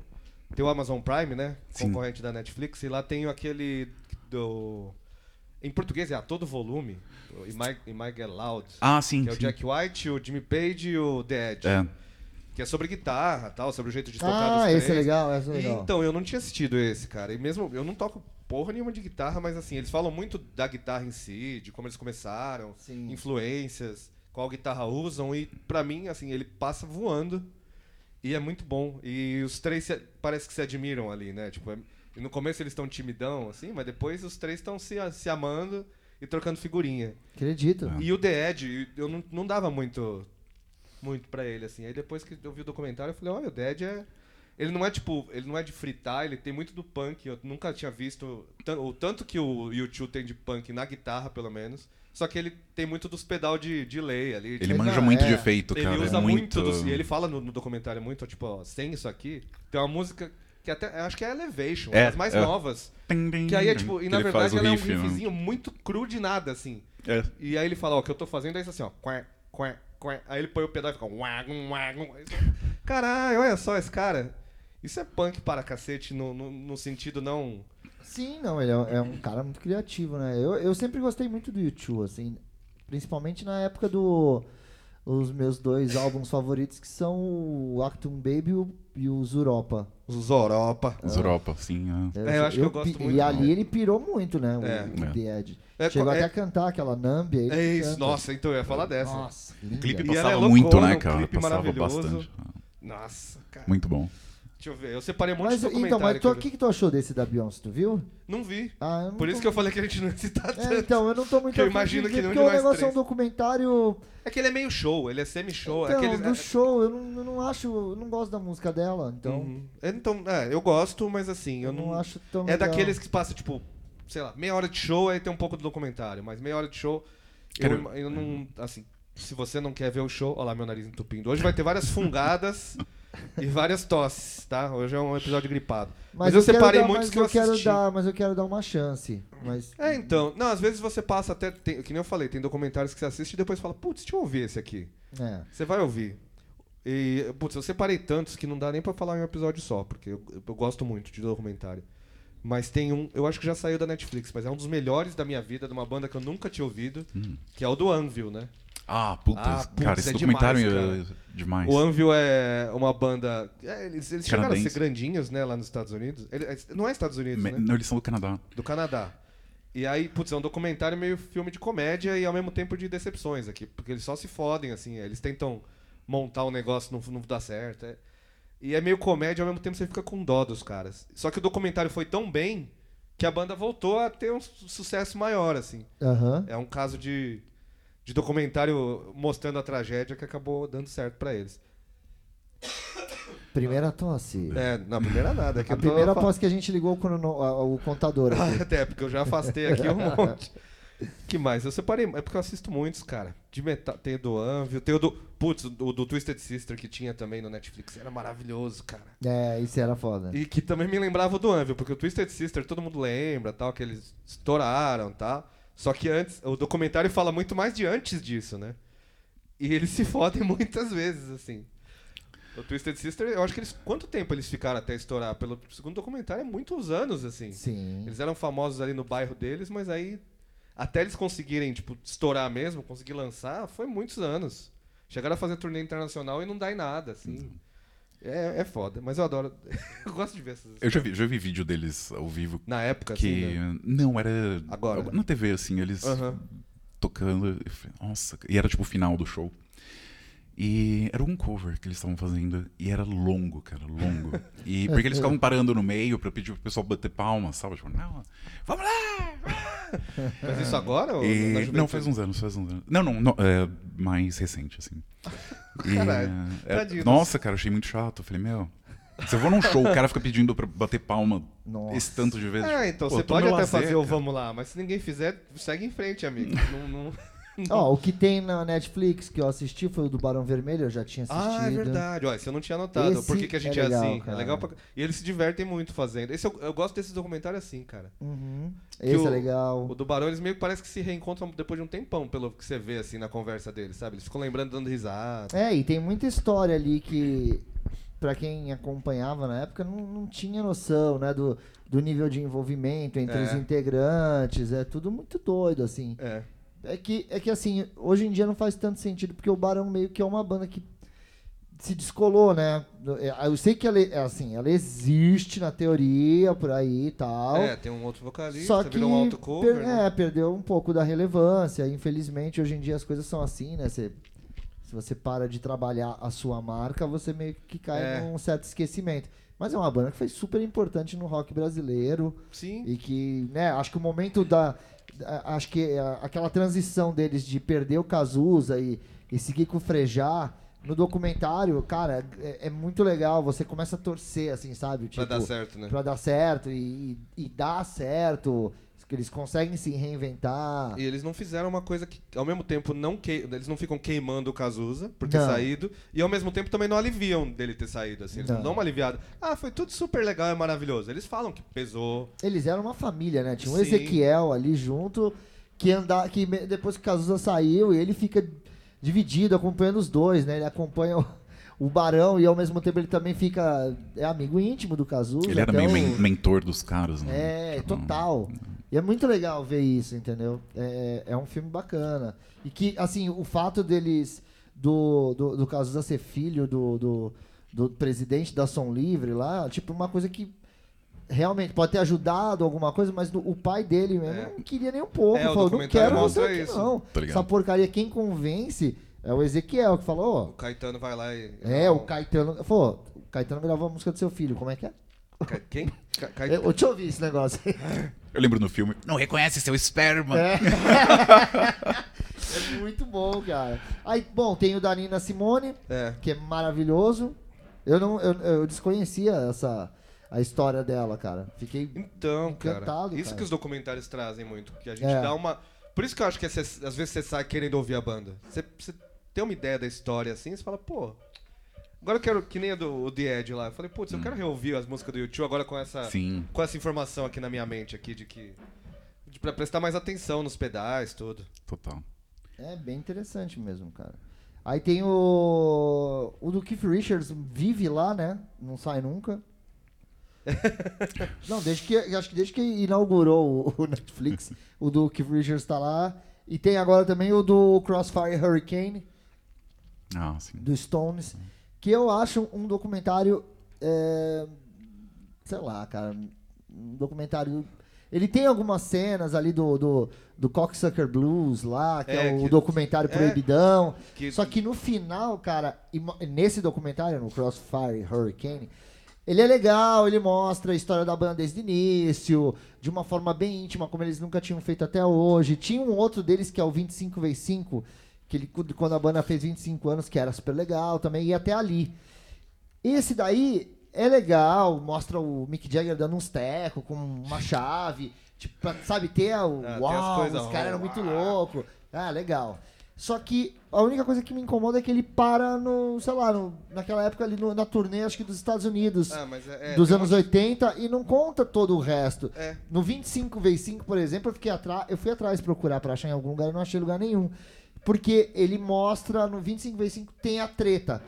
Tem o Amazon Prime, né? Sim. Concorrente da Netflix. E lá tem aquele. do. Em português é a todo volume. E My, e My Get Loud. Ah, sim. Que é o sim. Jack White, o Jimmy Page e o The Edge. É. Que é sobre guitarra tal, sobre o jeito de tocar dos Ah, esse é três. legal, esse é E, legal. Então, eu não tinha assistido esse, cara. E mesmo eu não toco porra nenhuma de guitarra, mas assim, eles falam muito da guitarra em si, de como eles começaram, Sim. influências, qual guitarra usam. E pra mim, assim, ele passa voando. E é muito bom. E os três se- parece que se admiram ali, né? Tipo, é- e no começo eles estão timidão, assim, mas depois os três estão se, se amando e trocando figurinha. Acredito. Ah. É. E o The Edge, eu não, não dava muito muito para ele assim. Aí depois que eu vi o documentário, eu falei, olha, o The Edge é ele não é tipo, ele não é de fritar, ele tem muito do punk, eu nunca tinha visto tan- o tanto que o YouTube tem de punk na guitarra, pelo menos. Só que ele tem muito dos pedal de delay ali. de- Ele Ah, manja muito é. de efeito, ele cara. usa é muito, muito. dos- e ele fala no, no documentário muito, tipo, ó, sem isso aqui. Tem uma música que até acho que é Elevation, É, uma das mais é. novas. Que aí é tipo, e na verdade ela é um riffzinho muito cru de nada assim. né? É. E aí ele fala, ó, o que eu tô fazendo é isso assim, ó. Quá, quá, quá. Aí ele põe o pedal e fica. Uagum, uagum. Aí você- Caralho, olha só esse cara. Isso é punk para cacete no, no, no sentido não. Sim, não, ele é, um- é um cara muito criativo, né? Eu, eu sempre gostei muito do YouTube, assim, principalmente na época do os meus dois álbuns favoritos que são o Actum Baby e o, e o Zuropa. Zoropa. Os Europa, sim. é. É, eu acho que eu gosto Né? pi- muito. E ali ele pirou muito, né? O, É. o É. The Edge. É, Chegou co- até é- a cantar aquela Nambi. aí É ele isso, canta. nossa, então eu ia falar dessa. Nossa, linda. O clipe E ela passava é loucona, muito, né, um cara? clipe Passava maravilhoso. bastante. Nossa, cara. Muito bom. Deixa eu ver. Eu separei um monte Mas, de então, mas documentário. tu, o que eu que, que tu achou desse da Beyoncé? Tu viu? vi. Não vi. Ah, eu não Por tô- isso que eu falei que a gente não ia citar É, tanto. então, eu não tô muito Que eu afim de imagino que ver, não porque de o nós negócio é um três. documentário É que ele é meio show, ele é semi-show. Então, aqueles, é, do show, eu não, eu não acho, eu não gosto da música dela, então Uhum. Então, é, eu gosto, mas assim, eu eu não, não acho tão É legal. daqueles que passa, tipo, sei lá, meia hora de show, aí tem um pouco do documentário, mas meia hora de show. Cara, Eu, eu não. Assim, se você não quer ver o show. Olha lá, meu nariz entupindo. Hoje vai ter várias fungadas e várias tosses, tá? Hoje é um episódio gripado. Mas, eu quero separei dar- muitos mas que eu, quero assisti. dar, mas eu quero dar uma chance, mas É, então. Não, às vezes você passa até. tem- que nem eu falei, tem documentários que você assiste e depois fala, putz, deixa eu ouvir esse aqui. é. Você vai ouvir. E, putz, eu separei tantos que não dá nem pra falar em um episódio só, porque eu, eu gosto muito de documentário. Mas tem um, eu acho que já saiu da Netflix, mas é um dos melhores da minha vida, de uma banda que eu nunca tinha ouvido, Hum. que é o do Anvil, né? Ah, putz, Ah, putz, cara, esse é documentário demais, é demais. O Anvil é uma banda. é, eles eles chegaram a ser Canadense. grandinhos, né, lá nos Estados Unidos. Ele- é, não é Estados Unidos, Me- né? Não, eles são do Canadá. Do Canadá. E aí, putz, é um documentário meio filme de comédia e ao mesmo tempo de decepções aqui. Porque eles só se fodem, assim. Eles tentam montar um negócio, não, não dá certo. é. E é meio comédia, ao mesmo tempo você fica com dó dos caras. Só que o documentário foi tão bem que a banda voltou a ter um su- sucesso maior, assim. Aham. É um caso de, de documentário mostrando a tragédia que acabou dando certo pra eles. Primeira tosse. É, na primeira nada. é que A eu tô primeira fa- tosse que a gente ligou o, crono- a- o contador aqui. Até, porque eu já afastei aqui um monte. que mais? Eu separei. É porque eu assisto muitos, cara. De metal. Tem o do Anvil, tem o do. Putz, o do, do Twisted Sister que tinha também no Netflix. Era maravilhoso, cara. É, isso era foda. E que também me lembrava o do Anvil, porque o Twisted Sister todo mundo lembra, tal, que eles estouraram, tal. Só que antes, o documentário fala muito mais de antes disso, né? E eles se fodem muitas vezes, assim. O Twisted Sister, eu acho que eles. Quanto tempo eles ficaram até estourar? Pelo segundo documentário, é muitos anos, assim. Sim. Eles eram famosos ali no bairro deles, mas aí até eles conseguirem, tipo, estourar mesmo, conseguir lançar, foi muitos anos. Chegaram a fazer turnê internacional e não dá em nada, assim. É, é foda, mas eu adoro. eu gosto de ver essas. Eu já vi, já vi vídeo deles ao vivo Na época, que assim. né? não era Agora. na TV assim, eles Aham. tocando, eu falei, nossa, e era tipo o final do show. E era um cover que eles estavam fazendo e era longo, cara, longo. E porque eles ficavam parando no meio pra pedir pro pessoal bater palmas, sabe? Tipo, não, vamos lá! Mas isso agora? ou na É. E, juventude? não, faz uns anos, faz uns anos. Não, não, não, é mais recente, assim. E, Caralho, é, tadinho. nossa, cara, achei muito chato. Eu Falei, meu, se eu vou num show, o cara fica pedindo pra bater palma Nossa. esse tanto de vezes. Ah, então Pô, você tô pode no até lazer, fazer o cara. vamos lá, mas se ninguém fizer, segue em frente, amigo. Não- não- Ó, o que tem na Netflix que eu assisti foi o do Barão Vermelho, eu já tinha assistido. Ah, é verdade. Olha, isso eu não tinha notado. Esse Por que, que a gente é, é legal, assim? É cara. legal pra... E eles se divertem muito fazendo. Esse eu, eu gosto desses documentários assim, cara. Uhum. Que Esse o- é legal. O do Barão, eles meio que parece que se reencontram depois de um tempão, pelo que você vê, assim, na conversa deles, sabe? Eles ficam lembrando, dando risada. É, e tem muita história ali que, pra quem acompanhava na época, não, não tinha noção, né? Do, do nível de envolvimento entre É. os integrantes. É tudo muito doido, assim. É. É que, é que assim, hoje em dia não faz tanto sentido, porque o Barão meio que é uma banda que se descolou, né? Eu sei que ela, é, assim, ela existe na teoria, por aí e tal. É, tem um outro vocalista, Só que virou um alto cover, per- né? é, perdeu um pouco da relevância. Infelizmente, hoje em dia as coisas são assim, né? Você- se você para de trabalhar a sua marca, você meio que cai É. num certo esquecimento. Mas é uma banda que foi super importante no rock brasileiro Sim. e que, né, acho que o momento da a- acho que a- aquela transição deles de perder o Cazuza e, e seguir com o Frejá no documentário, cara, é, é muito legal, você começa a torcer assim, sabe? Pra Tipo, dar certo, né? Pra dar certo e, e, e dá certo. que Eles conseguem se reinventar. E eles não fizeram uma coisa que, ao mesmo tempo, não que... eles não ficam queimando o Cazuza por ter Não. saído, e ao mesmo tempo também não aliviam dele ter saído, assim. Eles não, Não. dão uma aliviada. Ah, foi tudo super legal e maravilhoso. Eles falam que pesou. Eles eram uma família, né? Tinha um Sim. Ezequiel ali junto, que andava, que me- depois que o Cazuza saiu, ele fica dividido, acompanhando os dois, né? Ele acompanha o, o Barão e ao mesmo tempo ele também fica. É amigo íntimo do Cazuza. Ele era então, meio men- mentor dos caras, né? É, Tipo, total. E é muito legal ver isso, entendeu? É, é um filme bacana. E que, assim, o fato deles, do, do, do Cazuza ser filho do, do, do presidente da Som Livre lá, tipo, uma coisa que realmente pode ter ajudado alguma coisa, mas no- o pai dele mesmo É. não queria nem um pouco. É, o falou, não documentário quero você mostra aqui, isso. não. Tá ligado. Essa porcaria, quem convence é o Ezequiel, que O falou, ó, Caetano vai lá e. é, o Caetano... Falou, o Caetano gravou a música do seu filho, como é que é? Ca- Quem? Ca- Eu, Caetano. eu te ouvi esse negócio aí. Eu lembro no filme, não reconhece seu esperma. É muito bom, cara. Aí, bom, tem o da Nina Simone, É. que é maravilhoso. Eu não, eu, eu desconhecia essa a história dela, cara. Fiquei Então, cara. Encantado, Isso cara. que os documentários trazem muito. Que a gente É. dá uma. Por isso que eu acho que é cê- às vezes você sai querendo ouvir a banda. Você, você tem uma ideia da história assim, você fala, pô. Agora eu quero. Que nem a do o The Edge lá. Eu falei, putz, eu quero reouvir as músicas do YouTube agora com essa. Sim. Com essa informação aqui na minha mente aqui de que. De, pra prestar mais atenção nos pedais, tudo. Total. é bem interessante mesmo, cara. Aí tem o o do Keith Richards vive lá, né? Não sai nunca. Não, desde que, acho que desde que inaugurou o, o Netflix, o do Keith Richards tá lá. E tem agora também o do Crossfire Hurricane, Ah, assim. Tá sim. do Stones, que eu acho um documentário. é, sei lá, cara. Um documentário. Ele tem algumas cenas ali do, do, do Cocksucker Blues lá, que é, É, o que- documentário é. proibidão. Que- Só que no final, cara, e mo- nesse documentário, no Crossfire Hurricane, ele é legal, ele mostra a história da banda desde o início, de uma forma bem íntima, como eles nunca tinham feito até hoje. Tinha um outro deles que é o 25x5, que ele, cu- quando a banda fez 25 anos, que era super legal também, e até ali. Esse daí é legal, mostra o Mick Jagger dando uns tecos com uma chave, tipo, pra, sabe, ter a, Ah, tem as uau, coisas, os caras eram muito uau. loucos. Ah, legal. Só que a única coisa que me incomoda é que ele para no, sei lá, no- naquela época ali no- na turnê, acho que dos Estados Unidos, Ah, mas é, é, dos tem anos um- 80, e não conta todo o resto. É. No 25 x 5, por exemplo, eu, fiquei atra- eu fui atrás procurar pra achar em algum lugar e não achei lugar nenhum. Porque ele mostra no 25 x 5 tem a treta.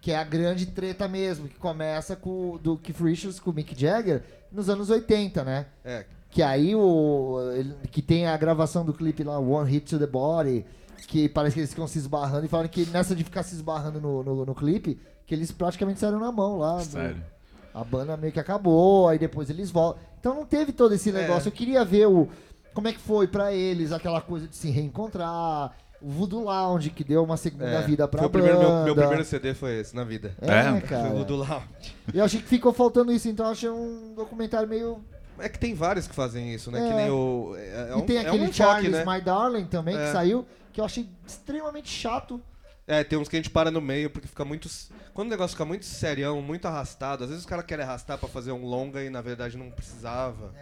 Que é a grande treta mesmo, que começa com o- do Keith Richards com o Mick Jagger nos anos 80, né? É, Que aí o. ele- Que tem a gravação do clipe lá, One Hit to the Body, que parece que eles ficam se esbarrando e falaram que nessa de ficar se esbarrando no, no, no clipe, que eles praticamente saíram na mão lá. do- Sério. a banda meio que acabou, aí depois eles voltam. Então não teve todo esse negócio. Eu queria ver o como é que foi pra eles, aquela coisa de se reencontrar, o Voodoo Lounge que deu uma segunda é. vida pra Foi o banda. primeiro- meu, meu primeiro CD foi esse na vida. É, É, cara. Foi o do Lounge. E eu achei que ficou faltando isso, então eu achei um documentário meio. É que tem vários que fazem isso, né? É. Que nem o. É, é um, e tem é aquele um toque, Charles né? My Darling também, que É. saiu, que eu achei extremamente chato. É, tem uns que a gente para no meio, porque fica muito. Quando o negócio fica muito serião, muito arrastado, às vezes os caras querem arrastar pra fazer um longa e na verdade não precisava.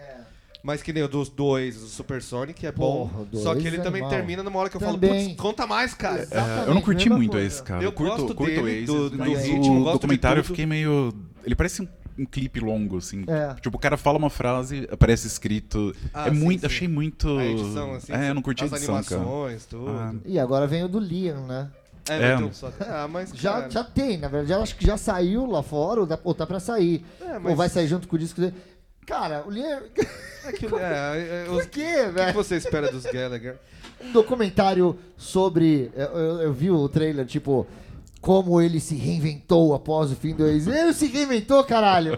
Mas que nem o dos dois, o Super Sonic é bom. Porra, o dois só que é ele também animal. termina numa hora que eu falo, Também. putz, conta mais, cara. É, eu não curti mesma muito coisa. esse, cara. Eu curto, gosto curto dele, esse, do- do mas ritmo, o gosto de documentário eu tudo. fiquei meio... Ele parece um, um clipe longo, assim. É. Tipo, o cara fala uma frase, aparece escrito. Ah, é sim, muito... sim. Achei muito... A edição, assim. é, eu não curti a as edição, cara. animações, tudo. Ah. E agora vem o do Liam, né? É, É. Então, só... Ah, mas. Já, cara, já tem, na verdade, eu acho que já saiu lá fora, ou, dá- ou tá pra sair. É, mas- Ou vai sair junto com o disco dele. Cara, o Liam. É, que, é, é, os- O Por quê, que que velho? você espera dos Gallagher? Um documentário sobre. Eu, eu- eu vi o trailer, tipo. Como ele se reinventou após o fim do Oasis. Ele se reinventou, caralho!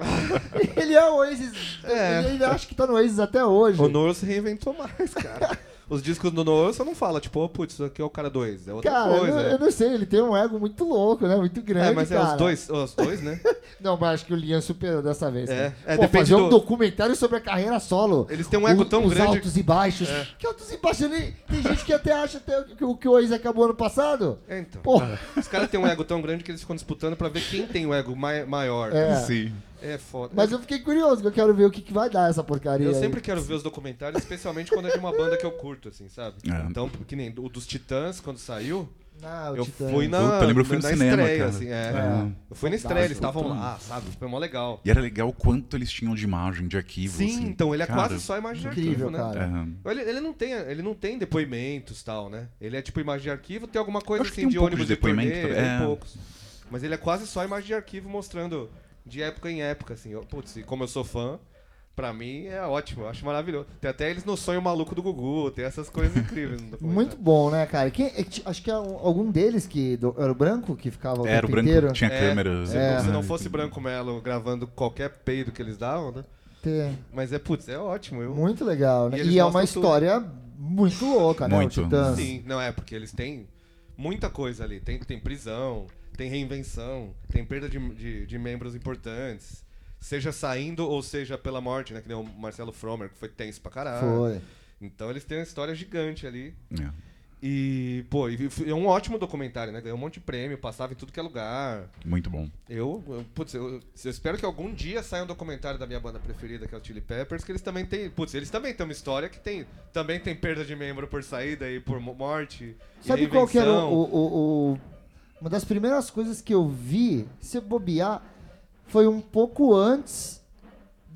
ele é o Oasis. É. Ele, ele acha que tá no Oasis até hoje. O Noel se reinventou mais, cara. Os discos do Noel você não fala, tipo, oh, putz, isso aqui é o cara dois. É outra Cara, eu, coisa. não- eu não sei, ele tem um ego muito louco, né? Muito grande. é, mas é cara. os dois, os dois, né? Não, mas acho que o Liam superou dessa vez. É, né? é, Pô, depende fazer do- um documentário sobre a carreira solo. Eles têm um ego O- tão os grande- É. altos e baixos. Que altos e baixos? Ele- Tem gente que até acha até que, o- que o Oasis acabou ano passado. É, então. Pô, Os caras têm um ego tão grande que eles ficam disputando pra ver quem tem o ego mai- maior. É. Sim. É foda. mas eu fiquei curioso, que eu quero ver o que, que vai dar essa porcaria. Eu aí. sempre quero ver os documentários, especialmente quando é de uma banda que eu curto, assim, sabe? É. Então, que nem o dos Titãs, quando saiu, Ah, o eu Titãs. fui na, Puta, eu lembro, eu fui na no cinema, estreia, cara. assim, é. É. Eu fui na estreia, eles estavam lá, sabe? Foi mó legal. E era legal o quanto eles tinham de imagem, de arquivo, Sim, assim. então ele é Cara, quase só imagem de Incrível, arquivo, né? cara. é. Ele, ele não tem, ele não tem depoimentos tal, né? Ele é tipo imagem de arquivo, tem alguma coisa Acho que assim tem um de pouco ônibus de depoimento turnê, também. tem É. poucos. Mas ele é quase só imagem de arquivo mostrando de época em época, assim. Eu, putz, e como eu sou fã, pra mim é ótimo, eu acho maravilhoso. Tem até eles no sonho maluco do Gugu, tem essas coisas incríveis no documentário. Muito bom, né, cara? Quem- é que- acho que é um- algum deles que do- era o branco que ficava o Era o tempo branco, inteiro. tinha É, câmera. Se, né, não, se não e fosse tudo. Branco Melo gravando qualquer peido que eles davam, né? Tem. Mas é, putz, é ótimo. Eu... Muito legal, né? E E, eles é uma mostram tudo. história muito louca, né? Muito. O Titãs. Sim, não é, porque eles têm muita coisa ali. Tem, tem prisão, tem reinvenção, tem perda de, de, de membros importantes. Seja saindo ou seja pela morte, né? Que nem o Marcelo Fromer, que foi tenso pra caralho. Foi. Então eles têm uma história gigante ali. É. E, pô, e f- é um ótimo documentário, né? Ganhou um monte de prêmio, passava em tudo que é lugar. Muito bom. Eu, eu- putz, eu, eu espero que algum dia saia um documentário da minha banda preferida, que é o Chili Peppers, que eles também têm. Putz, eles também têm uma história que tem. Também tem perda de membro por saída e por mo- morte. e Sabe qual que era o, reinvenção. o- o- Uma das primeiras coisas que eu vi, se eu bobear, foi um pouco antes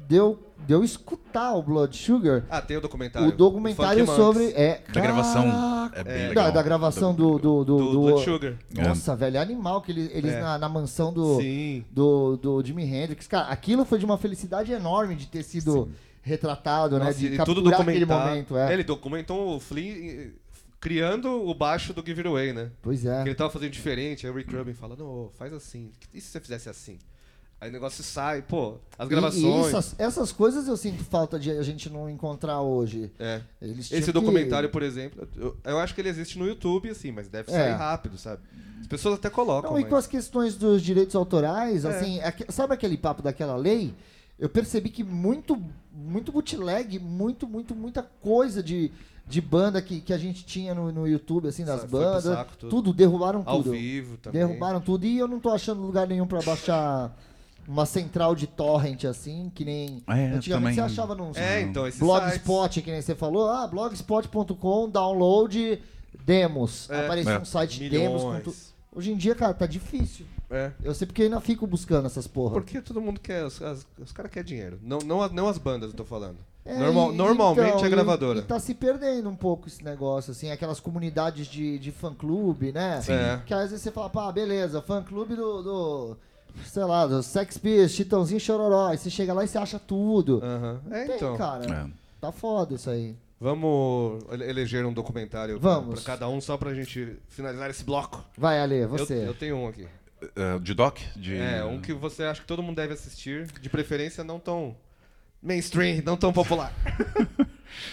deu, deu escutar o Blood Sugar. Ah, tem o documentário. O documentário Funky sobre. Monks. É, Da gravação. Caraca, É bem legal. da, da gravação do. do, do, Do do- Blood Sugar. Nossa, velho, é animal que eles, eles É. na, na mansão do, Sim. do, do Jimi Hendrix. Cara, aquilo foi de uma felicidade enorme de ter sido retratado, né? Nossa, De e tudo capturar aquele documentado. momento. É. Ele documentou o Flea eh, criando o baixo do Give It Away, né? Pois Que é. ele tava fazendo diferente, aí o Rick Rubin fala, não, faz assim. E se você fizesse assim? Aí o negócio sai, pô, as E- gravações. E, essas, essas coisas eu sinto falta de a gente não encontrar hoje. É. Eles tinham Esse que- documentário, por exemplo, eu, eu acho que ele existe no YouTube, assim, mas deve sair É. rápido, sabe? As pessoas até colocam, Não, e com mas... as questões dos direitos autorais, É. assim, aque- sabe aquele papo daquela lei? Eu percebi que muito, muito bootleg, muito, muito, muita coisa de, de banda que, que a gente tinha no, no YouTube, assim, das Sa- foi pro bandas. saco tudo. tudo. derrubaram ao tudo. vivo também. derrubaram tudo e eu não tô achando lugar nenhum pra baixar uma central de torrent, assim, que nem. É, antigamente também. você achava num É, então, esses sites. blogspot, que nem você falou, ah, blogspot.com, download demos. É. Aparecia É. um site de demos com Milhões. tudo. Hoje em dia, cara, tá difícil. É. Eu sei porque eu ainda fico buscando essas porra. Porque todo mundo quer. Os, as- os caras querem dinheiro. Não, não, as- não as bandas, eu tô falando. É, Normal- e- normalmente então, é gravadora. E, e tá se perdendo um pouco esse negócio, assim, aquelas comunidades de, de fã-clube, né? Sim. É. Que às vezes você fala, pá, beleza, fã-clube do, do, sei lá, do Sex Pistols, Chitãozinho Chororó. Aí você chega lá e você acha tudo. Aham. É, Tem, então. cara. É. Tá foda isso aí. Vamos ele- eleger um documentário pra- Vamos. pra cada um, só pra gente finalizar esse bloco. Vai, Ale, Eu- você. Eu, tenho um aqui. Eh, de doc? De... É, um que você acha que todo mundo deve assistir. De preferência, não tão mainstream, não tão popular.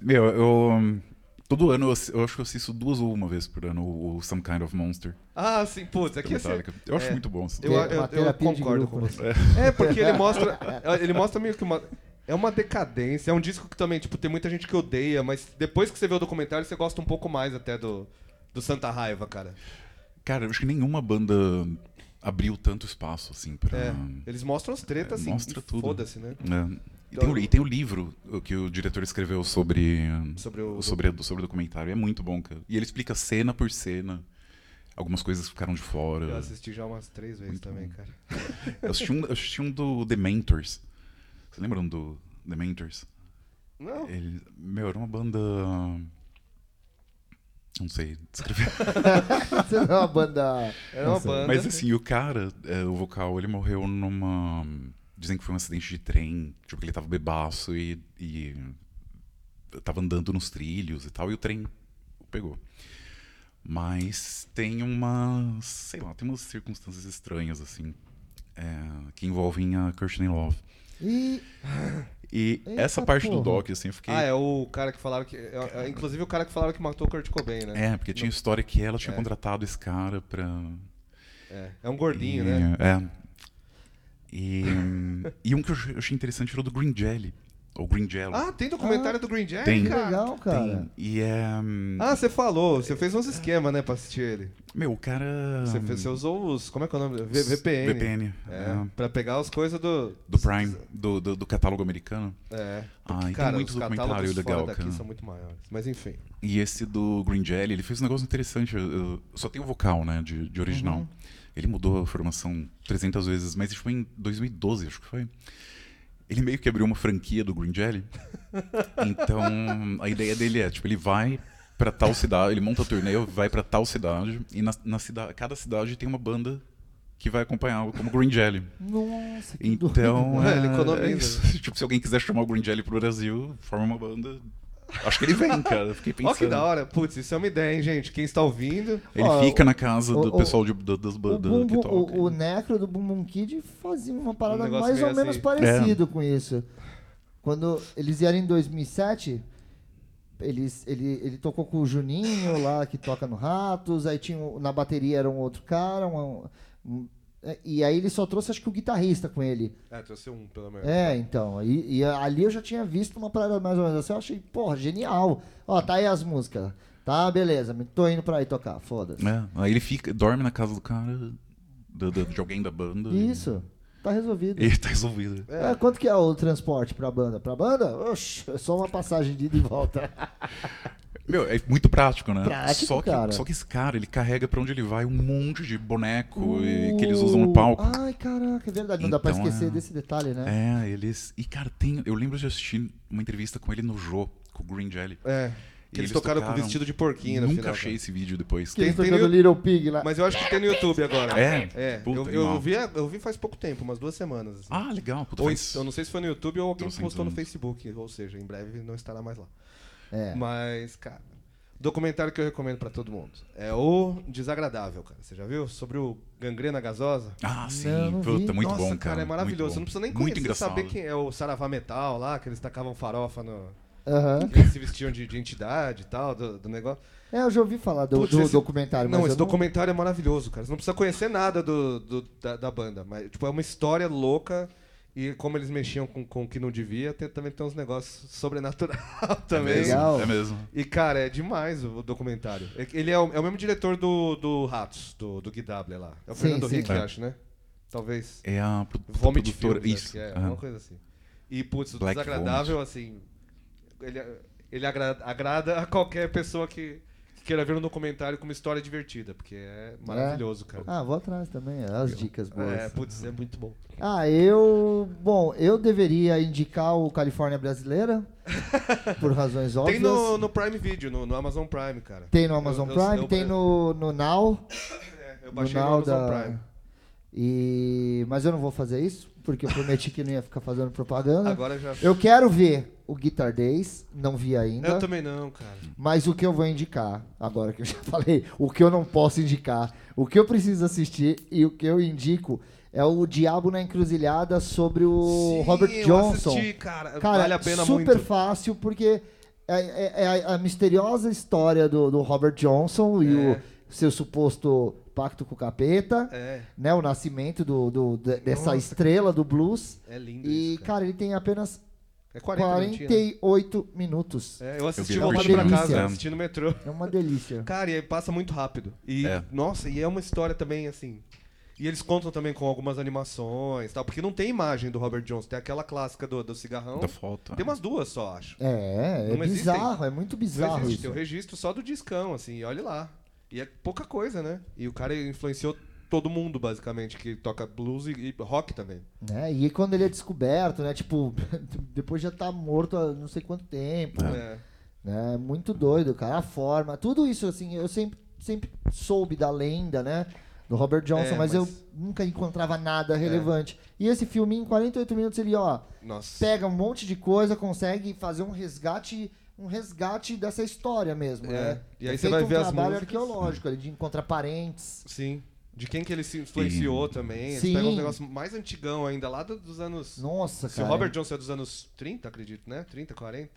Meu, eu... hum, Todo ano eu, assi- eu acho que eu assisto duas ou uma vez por ano o, o Some Kind of Monster Ah, sim, putz, do aqui assim. Metallica. Eu acho é. muito bom. assim. Eu, Uma eu- eu terapia de concordo grupo, com né? você. É, porque ele mostra. Ele mostra meio que uma. É uma decadência, é um disco que também, tipo, tem muita gente que odeia, mas depois que você vê o documentário, você gosta um pouco mais até do, do Santa Raiva, cara. Cara, eu acho que nenhuma banda abriu tanto espaço, assim, pra... É. Eles mostram as tretas, assim, Mostra e tudo. foda-se, né? né? E, tem, o- e tem o livro o que o diretor escreveu sobre Sobre o- sobre, sobre o documentário. É muito bom, cara. E ele explica cena por cena. Algumas coisas que ficaram de fora. Eu assisti já umas três vezes também, cara. Eu assisti um, eu assisti um do The Mentors. Vocês lembram do The Mentors? Não. Ele- meu, era uma banda. Não sei descrever. Você não é uma banda. Era uma banda. Mas assim, o cara, é, o vocal, ele morreu numa. Dizem que foi um acidente de trem. Tipo, que ele tava bebaço e. e tava andando nos trilhos e tal, e o trem o pegou. Mas tem umas. Sei lá, tem umas circunstâncias estranhas, assim. é, que envolvem a Kirsten Love. E. E Eita essa parte do porra. doc, assim, eu fiquei. Ah, é o cara que falaram que. é- é, inclusive o cara que falaram que matou o Kurt Cobain, né? É, porque tinha história que ela tinha É. contratado esse cara pra. É, é um gordinho, e, né? É. E, é. e um que eu achei- eu achei interessante era o do Green Jelly. Ou Green Jello. Ah, tem documentário do Green Jack, Ah, Tem. Que cara. legal, cara. Tem. E é. hum, Ah, você falou, você fez uns esquemas, né, pra assistir ele. Meu, o cara. Você, fez- você usou os. Como é que é o nome? V- VPN. VPN. É, é, pra pegar as coisas do. do Prime, do, do, do catálogo americano. É. Ah, e tem cara, muito os catálogos documentário fora legal, daqui cara. são muito maiores. Mas enfim. E esse do Green Jelly, ele fez um negócio interessante. Eu, eu- só tem o vocal, né, de, de Uhum. original. Ele mudou a formação 300 vezes, mas isso foi em 2012, acho que foi. Ele meio que abriu uma franquia do Green Jelly. Então, a ideia dele é, tipo, ele vai pra tal cidade, ele monta torneio, vai pra tal cidade, e na, na cida, cada cidade tem uma banda que vai acompanhá-lo como Green Jelly. Nossa, que doido. Então, É, é, ele economiza. é isso. Tipo, se alguém quiser chamar o Green Jelly pro Brasil, forma uma banda. Acho que ele vem, cara. Eu Fiquei Ó, pensando. que da hora. Putz, isso é uma ideia, hein, gente? Quem está ouvindo. Ele Ó, fica na casa do o- pessoal de, da- das O, bandas Bum que Bum- toca. o, o Necro do Bum Bum Kid fazia uma parada Um negócio mais ou meio menos assim. parecido com isso. Quando eles vieram em 2007, eles, ele, ele tocou com o Juninho lá, que toca no Ratos, aí tinha, um- na bateria era um outro cara, um- um- é, e aí ele só trouxe acho que o guitarrista com ele. É, trouxe um, pelo menos. É, então, e, e ali eu já tinha visto uma parada mais ou menos assim, eu achei, porra, genial. Ó, tá aí as músicas. Tá, beleza, me- tô indo pra aí tocar, foda-se. É, aí ele fica, dorme na casa do cara, do- do- de alguém da banda. e- Isso, tá resolvido. E ele tá resolvido. É, quanto que é o transporte pra banda? Pra banda? Oxe, é só uma passagem de ida e volta. Meu, é muito prático, né? Prático, só, que, cara. só que esse cara, ele carrega pra onde ele vai um monte de boneco e- Uh, que eles usam no palco. ah, Ai, caraca, é verdade. Não dá pra Então, esquecer é. desse detalhe, né? É, eles. E, cara, tem. Eu lembro de assistir uma entrevista com ele no Jô, com o Green Jelly. É. Que E eles, tocaram, com vestido de porquinho no Nunca final. achei esse vídeo depois. Que eles tem- tocando tem- Little Pig lá. Mas eu acho que tem no YouTube agora. É? É. Puta, eu, animal. eu, vi, eu vi faz pouco tempo, umas duas semanas. assim. Ah, legal. Puta, Ou, faz- eu não sei se foi no YouTube ou alguém Trouxe postou no anos. Facebook. Ou seja, em breve não estará mais lá. É. Mas, cara, documentário que eu recomendo pra todo mundo é o Desagradável, cara. Você já viu? Sobre o gangrena gasosa. Ah, sim. Não, não vi. puta, muito Nossa, bom, cara. é muito maravilhoso. bom. Você não precisa nem Muito conhecer, engraçado. saber quem é o Saravá Metal lá, que eles tacavam farofa no... Aham. É. que Eles se vestiam de, de entidade e tal, do, do negócio. É, eu já ouvi falar do, Putz, do esse- documentário, mas Não, eu esse documentário é maravilhoso, cara. Você não precisa conhecer nada do, do- da, da banda. Mas, tipo, é uma história louca. E como eles mexiam com, com o que não devia, tem- também tem uns negócios sobrenatural É também. mesmo, Legal. É mesmo. E, cara, é demais o documentário. É que Ele é o, é o mesmo diretor do, do Ratos, do, do Gui Dabler lá. É o Sim, Fernando sim. Henrique, É. acho, né? Talvez. É a pro- puta Vomit produtora. Films, acho Isso. que é, aham. alguma coisa assim. E, putz, o Black desagradável, assim, ele, ele agrada, agrada a qualquer pessoa que, que queira ver um documentário com uma história divertida, porque é maravilhoso, cara. Ah, vou atrás também. As dicas boas. é, putz, é muito bom. Ah, eu. Bom, eu deveria indicar o Califórnia Brasileira, por razões óbvias. Tem no, no Prime Video, no, no Amazon Prime, cara. Tem no Amazon Eu- eu- Prime, eu- tem no, no Now. É, eu no baixei no Now Amazon da- Prime. E... Mas eu não vou fazer isso, porque eu prometi que não ia ficar fazendo propaganda. Agora já. Eu quero ver o Guitar Days, não vi ainda. Eu também não, cara. Mas o que eu vou indicar, agora que eu já falei, o que eu não posso indicar, o que eu preciso assistir e o que eu indico é o Diabo na Encruzilhada sobre o Sim, Robert eu Johnson. assisti, cara. Cara, vale a pena super muito. fácil, porque é, é- é a- a, misteriosa história do, do Robert Johnson e É. o seu suposto pacto com o capeta, É, né? O nascimento do, do- de- dessa Nossa. estrela do blues. é lindo E, isso, cara. cara, ele tem apenas É 40 minutinhos, né? 48 minutos. É, eu assisti vi eu na voltando pra Curitiba. casa, É. eu assisti no metrô. É uma delícia. Cara, e aí passa muito rápido. E, É. nossa, e é uma história também, assim... E eles contam também com algumas animações e tal, porque não tem imagem do Robert Johnson. Tem aquela clássica do, do cigarrão. Da foto. Tem umas duas só, acho. É, é Não existem. bizarro, é muito Não bizarro existe, tem o isso. registro só do discão, assim, e olha lá. E é pouca coisa, né? E o cara influenciou todo mundo, basicamente, que toca blues e, e rock também. Né? E quando ele é descoberto, né? Tipo, depois já tá morto há não sei quanto tempo. É. É. Né? Muito doido, cara. A forma, tudo isso, assim, eu sempre, sempre soube da lenda, né? Do Robert Johnson, É, mas- mas, É. eu nunca encontrava nada relevante. E esse filme, em 48 minutos, ele, ó, Nossa. pega um monte de coisa, consegue fazer um resgate, um resgate dessa história mesmo, É. né? E aí É você feito vai um ver as trabalho músicas. arqueológico ali, de encontrar parentes. Sim. De quem que ele se influenciou também. Eles Sim. pegam um negócio mais antigão ainda, lá do- dos anos. Nossa, Se o cara. Robert Johnson é dos anos 30, acredito, né? 30, 40.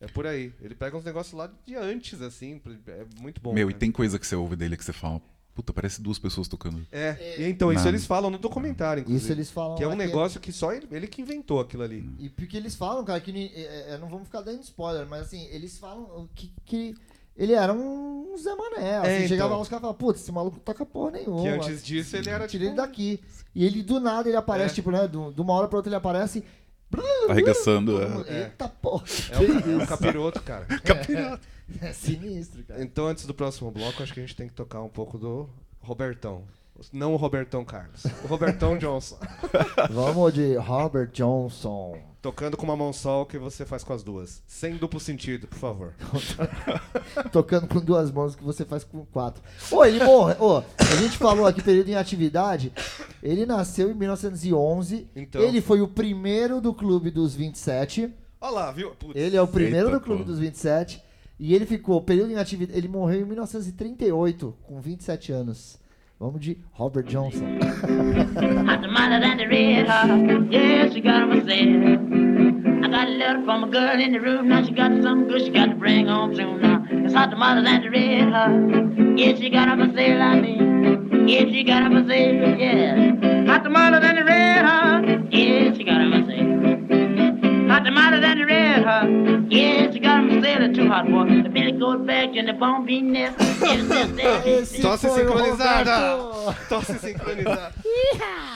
É por aí. Ele pega uns negócios lá de antes, assim. pra- É muito bom. Meu, e cara. tem coisa que você ouve dele que você fala. Puta, parece duas pessoas tocando. É, e então, isso Não. eles falam no documentário, inclusive. Isso eles falam. Que é um aqui. negócio que só ele, ele que inventou aquilo ali. E porque eles falam, cara, que. ni- é, é, não vamos ficar dando spoiler, mas assim, eles falam que. que ele era um Zé Mané. Assim, É, então. Chegava lá os caras falavam, putz, esse maluco não toca porra nenhuma. Que é antes disso ele era Tirei tipo, ele daqui. E ele do nada ele aparece, É. tipo, né? do- De uma hora pra outra ele aparece. Arregaçando. é. É. Eita porra. É um, é um capiroto, cara. Capiroto. É sinistro, cara. Então, antes do próximo bloco, acho que a gente tem que tocar um pouco do Robertão. Não o Robertão Carlos. O Robertão Johnson. Então. Vamos de Robert Johnson. Tocando com uma mão só o que você faz com as duas. Sem duplo sentido, por favor. tocando com duas mãos que você faz com quatro. Ô, ele morre. Ô, a gente falou aqui período em atividade. Ele nasceu em 1911. Então. Ele foi o primeiro do clube dos 27. Olha lá, viu? Putz. Ele é o primeiro Eita, do clube pô. dos 27. E ele ficou período em atividade. Ele morreu em 1938 com 27 anos. Vamos de Robert Johnson. I'm smarter than the red hot. Yeah, she got him a set. I got a letter from a girl in the room. Now she got something good she got to bring home soon now. It's hot smarter than the red hot. Yeah, she got him a set, I mean. Yeah, she got him a set, yeah. Hot smarter than the red hot. Yeah, she got him a set. Hot tomato than the red hot. Yes, you got 'em sailing too hot, boy. The minute goes back in the bone bean nest. It's just that- Esse Tosse foi o sincronizada! Roberto. Tosse sincronizada!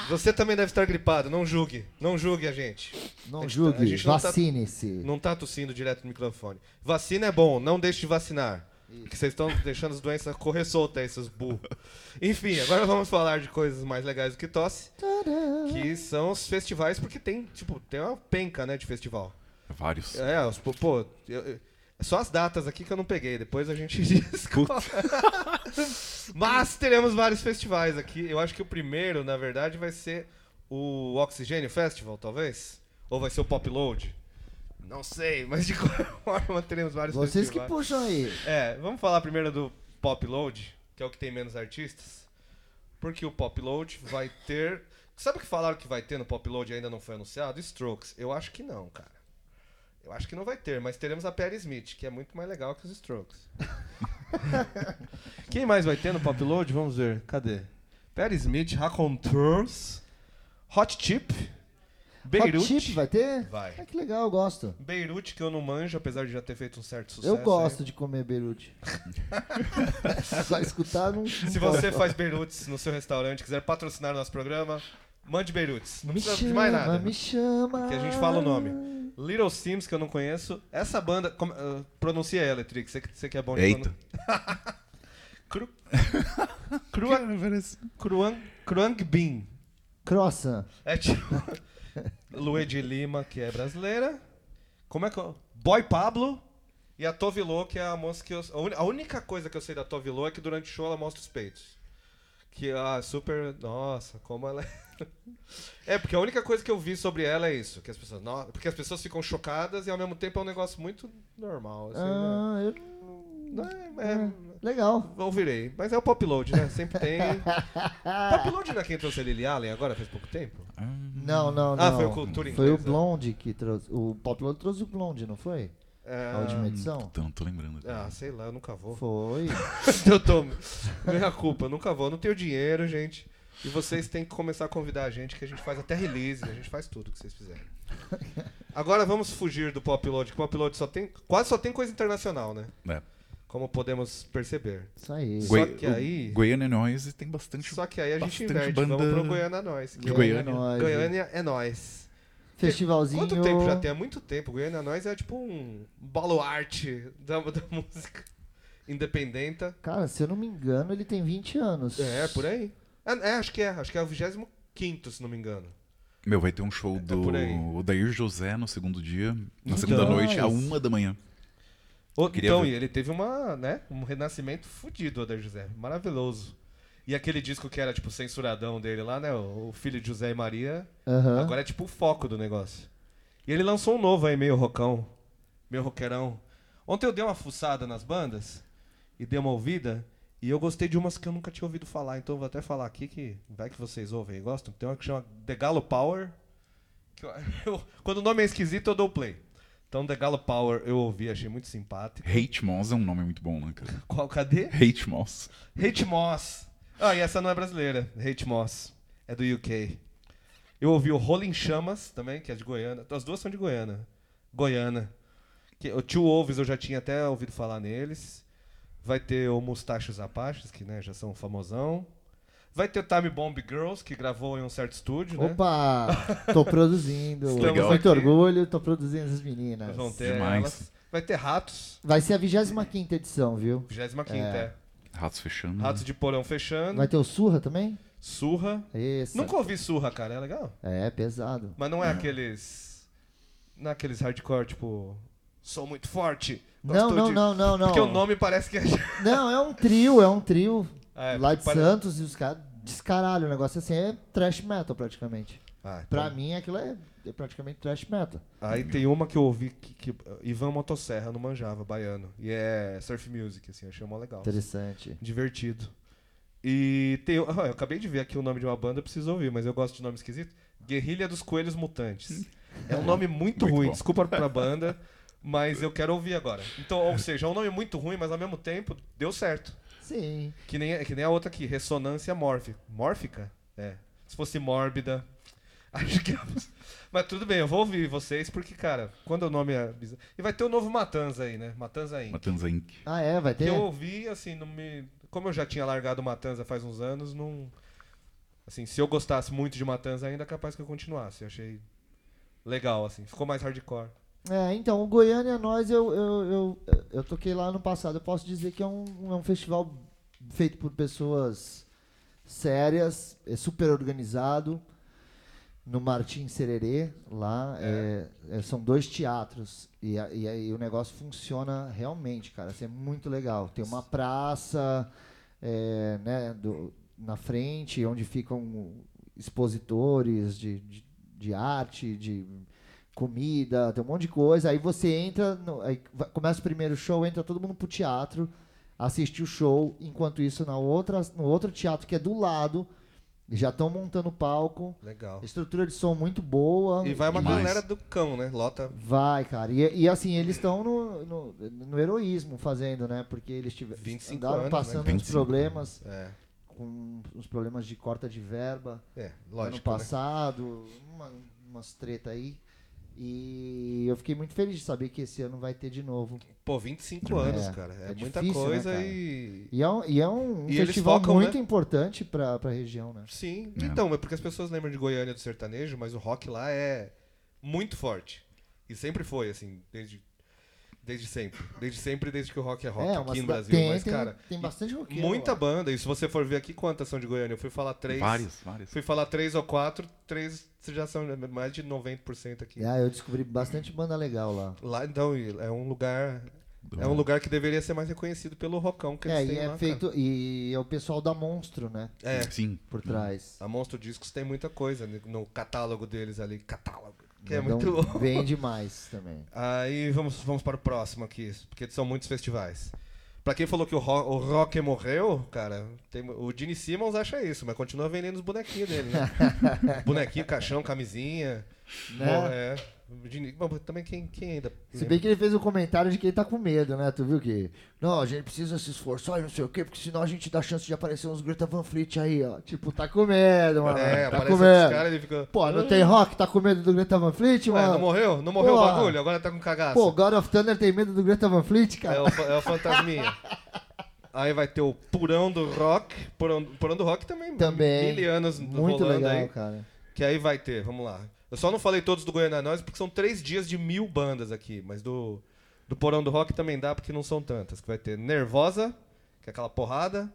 Você também deve estar gripado, não julgue. Não julgue a gente. A gente Não tá- a julgue, gente não tá- vacine-se. Não tá tossindo direto no microfone. Vacina é bom, não deixe de vacinar. Que vocês estão deixando as doenças correr soltas, aí, seus burros. Enfim, agora vamos falar de coisas mais legais do que tosse, Tadã. que são os festivais, porque tem, tipo, tem uma penca, né, de festival. Vários. É, os, pô, pô, eu- eu- é só as datas aqui que eu não peguei, depois a gente discute. Mas teremos vários festivais aqui. Eu acho que o primeiro, na verdade, vai ser o Oxigênio Festival, talvez? Ou vai ser o Pop Load? Não sei, mas de qualquer forma teremos vários Vocês que festivais. puxam aí. É, vamos falar primeiro do Pop Load, que é o que tem menos artistas. Porque o Pop Load vai ter. Sabe o que falaram que vai ter no Pop Load e ainda não foi anunciado? Strokes. Eu acho que não, cara. Eu acho que não vai ter, mas teremos a Perry Smith, que é muito mais legal que os Strokes. Quem mais vai ter no Pop Load? Vamos ver. Cadê? Perry Smith, Raconteurs, Hot Chip, Beirute. Hot Chip vai ter? Vai. Ah, que legal, eu gosto. Beirute, que eu não manjo, apesar de já ter feito um certo sucesso. Eu aí. gosto de comer beirute. Só escutar não. Se você faz beirutes no seu restaurante, quiser patrocinar o nosso programa, mande beirutes. Não me precisa chama, de mais nada. me chama. Que a gente fala o nome. Little Sims, que eu não conheço. Essa banda. como- ah, pronuncia ela, Trick. Você, que- você que é bom de Eita. pronun- Cru... É, Crua... Cruang... Cruang Bin. Croissant. É tipo. Luê de Lima, que é brasileira. Como é que. eu- Boy Pablo. E a Tovilô, que é a moça que eu. a uni- A única coisa que eu sei da Tovilô é que durante o show ela mostra os peitos. Que a super. Nossa, como ela é. É, porque a única coisa que eu vi sobre ela é isso. Que as pessoas. "No-" Porque as pessoas ficam chocadas e ao mesmo tempo é um negócio muito normal. Assim, né? Ah, eu... Não Ah, é- é- Legal. Ouvirei. Mas é o pop load, né? Sempre tem. pop load não é quem trouxe a Lily Allen agora faz pouco tempo? Não, não, não. Ah, foi o Cultura Foi o Inglesa. Blonde que trouxe. O Pop Load trouxe o Blonde, não foi? É, A última edição? Então, tô lembrando. Ah, sei lá, eu nunca vou. Foi. eu tô. Minha culpa, eu nunca vou. Eu não tenho dinheiro, gente. E vocês têm que começar a convidar a gente, que a gente faz até release, a gente faz tudo que vocês fizerem. Agora vamos fugir do pop load, que pop load só tem. Quase só tem coisa internacional, né? É. Como podemos perceber. Isso aí. Só Goi- que aí- o Goiânia Noise tem bastante. Só que aí a gente bastante inverte. Vamos banda- pro Goiânia Nós. É é De Goiânia. Nós, hein? Goiânia é nós. Festivalzinho. Quanto tempo já tem? Há muito tempo. Goiânia Nós é tipo um baluarte da, da música independenta. Cara, se eu não me engano, ele tem 20 anos. É, por aí. É, é, acho que é. Acho que é o 25, se não me engano. Meu, vai ter um show do é por aí. Odair José no segundo dia, na Então. segunda noite, à uma da manhã. Ou- Queria então, ver. e ele teve uma, né, um renascimento fudido, Adair José. Maravilhoso. E aquele disco que era, tipo, censuradão dele lá, né? O o Filho de José e Maria. Aham. Agora é, tipo, o foco do negócio. E ele lançou um novo aí, meio rockão. Meio roqueirão. Ontem eu dei uma fuçada nas bandas e dei uma ouvida. E eu gostei de umas que eu nunca tinha ouvido falar. Então eu vou até falar aqui que vai que vocês ouvem e gostam. Tem uma que chama The Galo Power. que eu- eu- quando o nome é esquisito, eu dou play. Então The Galo Power eu ouvi, achei muito simpático. Hate Moss é um nome muito bom, né, cara? Qual, cadê? Hate Moss. Hate Moss. Ah, e essa não é brasileira. Hate Moss. É do UK. Eu ouvi o Rolling Chamas também, que é de Goiânia. As duas são de Goiânia. Goiânia. Que, o Tio Wolves eu já tinha até ouvido falar neles. Vai ter o Mustachos Apaches, que né, já são famosão. Vai ter o Time Bomb Girls, que gravou em um certo estúdio, né? Opa! Tô produzindo. Estamos Com aqui. muito orgulho, tô produzindo essas meninas. Vão ter Demais. elas. Vai ter Ratos, Vai ser a 25 edição, viu? 25 É. é. Ratos fechando. Ratos de Porão fechando. Vai ter o Surra também? Surra. Isso. Nunca ouvi Surra, cara. É legal? É, pesado. Mas não é aqueles. Não é aqueles hardcore, tipo. Sou muito forte. gosto Não, não, de-" não, não, não. Porque o nome parece que é. Não, é um trio, é um trio. Ah, é, lá de pare- Santos e os caras descaralho. O negócio assim é trash metal praticamente. Ah, então- Pra mim aquilo é, é praticamente trash metal. Aí tem uma que eu ouvi que, que uh, Ivan Motosserra não manjava, baiano. E é surf music, assim, achei mó legal. Interessante. Divertido. E tem. ah, eu acabei de ver aqui o nome de uma banda, eu preciso ouvir, mas eu gosto de nome esquisito. Guerrilha dos Coelhos Mutantes. É um nome muito, Muito ruim, bom. desculpa pra banda, mas eu quero ouvir agora. Então, ou seja, é um nome muito ruim, mas ao mesmo tempo deu certo. Sim. Que nem, que nem a outra aqui, ressonância mórfica. Mórfica? É. Se fosse mórbida. Acho que. Mas tudo bem, eu vou ouvir vocês, porque, cara, quando o nome é. bizarro- E vai ter o novo Matanza aí, né? Matanza Inc. Matanza Inc. Ah, é, vai Que ter. eu ouvi, assim, não me. Como eu já tinha largado o Matanza faz uns anos, não. Assim, se eu gostasse muito de Matanza ainda, é capaz que eu continuasse. Eu achei legal, assim. Ficou mais hardcore. É, então, o Goiânia Nós, eu, eu, eu, eu toquei lá no passado. Eu posso dizer que é um, é um festival feito por pessoas sérias, é super organizado. No Martim Sererê, lá, é- é- são dois teatros. E, a- e aí o negócio funciona realmente, cara. Isso é muito legal. Tem uma praça é, né, do- na frente, onde ficam expositores de, de, de arte, de comida, tem um monte de coisa. Aí você entra, no- aí va- começa o primeiro show, entra todo mundo pro teatro, assiste o show. Enquanto isso, na outra, no outro teatro que é do lado, já estão montando o palco. Legal. Estrutura de som muito boa. E vai uma Demais. galera do cão, né? Lota. Vai, cara. E, e assim, eles estão no, no, no heroísmo fazendo, né? Porque eles tiveram 25 andaram anos, né? passando uns 25. problemas, É, com uns problemas de corta de verba é ano lógico. né? passado, uma- umas treta aí. E eu fiquei muito feliz de saber que esse ano vai ter de novo. Pô, 25 anos, É, cara. É, é muita difícil, né, coisa cara? e. E é um, e é um E eles festival focam, muito né? importante pra, pra região, né? Sim. É. Então, é porque as pessoas lembram de Goiânia do sertanejo, mas o rock lá é muito forte. E sempre foi, assim, desde. Desde sempre. Desde sempre, desde que o rock é rock é, uma aqui no cida- Brasil. tem, mas, tem, um né, cara. tem e bastante roqueiro. muita lá. banda. E se você for ver aqui quantas são de Goiânia, eu fui falar três. Várias, várias. Fui falar três ou quatro, três já são mais de 90% aqui. Ah, eu descobri bastante banda legal lá. Lá, então, e é um lugar. Do- É um lugar que deveria ser mais reconhecido pelo rocão que É, eles e têm é lá, feito. E é o pessoal da Monstro, né? cara. É, Sim. Por trás. a Monstro Discos tem muita coisa né, no catálogo deles ali. Catálogo. Que é Mandam muito louco. Bem demais também. Aí vamos, vamos para o próximo aqui, porque são muitos festivais. Pra quem falou que o, ro o rock morreu, cara, tem- o Gene Simmons acha isso, mas continua vendendo os bonequinhos dele, né? Bonequinho, caixão, camisinha. Né? Bom, é. O Gene- bom, também quem, quem ainda. Se bem que ele fez um comentário de quem tá com medo, né? Tu viu que? Não, a gente precisa se esforçar e não sei o quê, porque senão a gente dá chance de aparecer uns Greta Van Fleet aí, ó. Tipo, tá com medo, mano. É, tá aparece com os medo. caras e ele fica. "Ah, Pô, não tem rock, tá com medo do Greta Van Fleet, Ué, mano? não morreu? Não morreu o Porra. bagulho? Agora tá com cagaço. Pô, God of Thunder tem medo do Greta Van Fleet, é, cara? o, fa- é o fantasminha. Aí vai ter o Purão do Rock. Purão, Purão do Rock também. Também. Mil anos Muito rolando legal, aí. cara. Que aí vai ter, vamos lá. Eu só não falei todos do Goiânia Nós porque são três dias de mil bandas aqui. Mas do, do Porão do Rock também dá porque não são tantas. Que vai ter Nervosa, que é aquela porrada.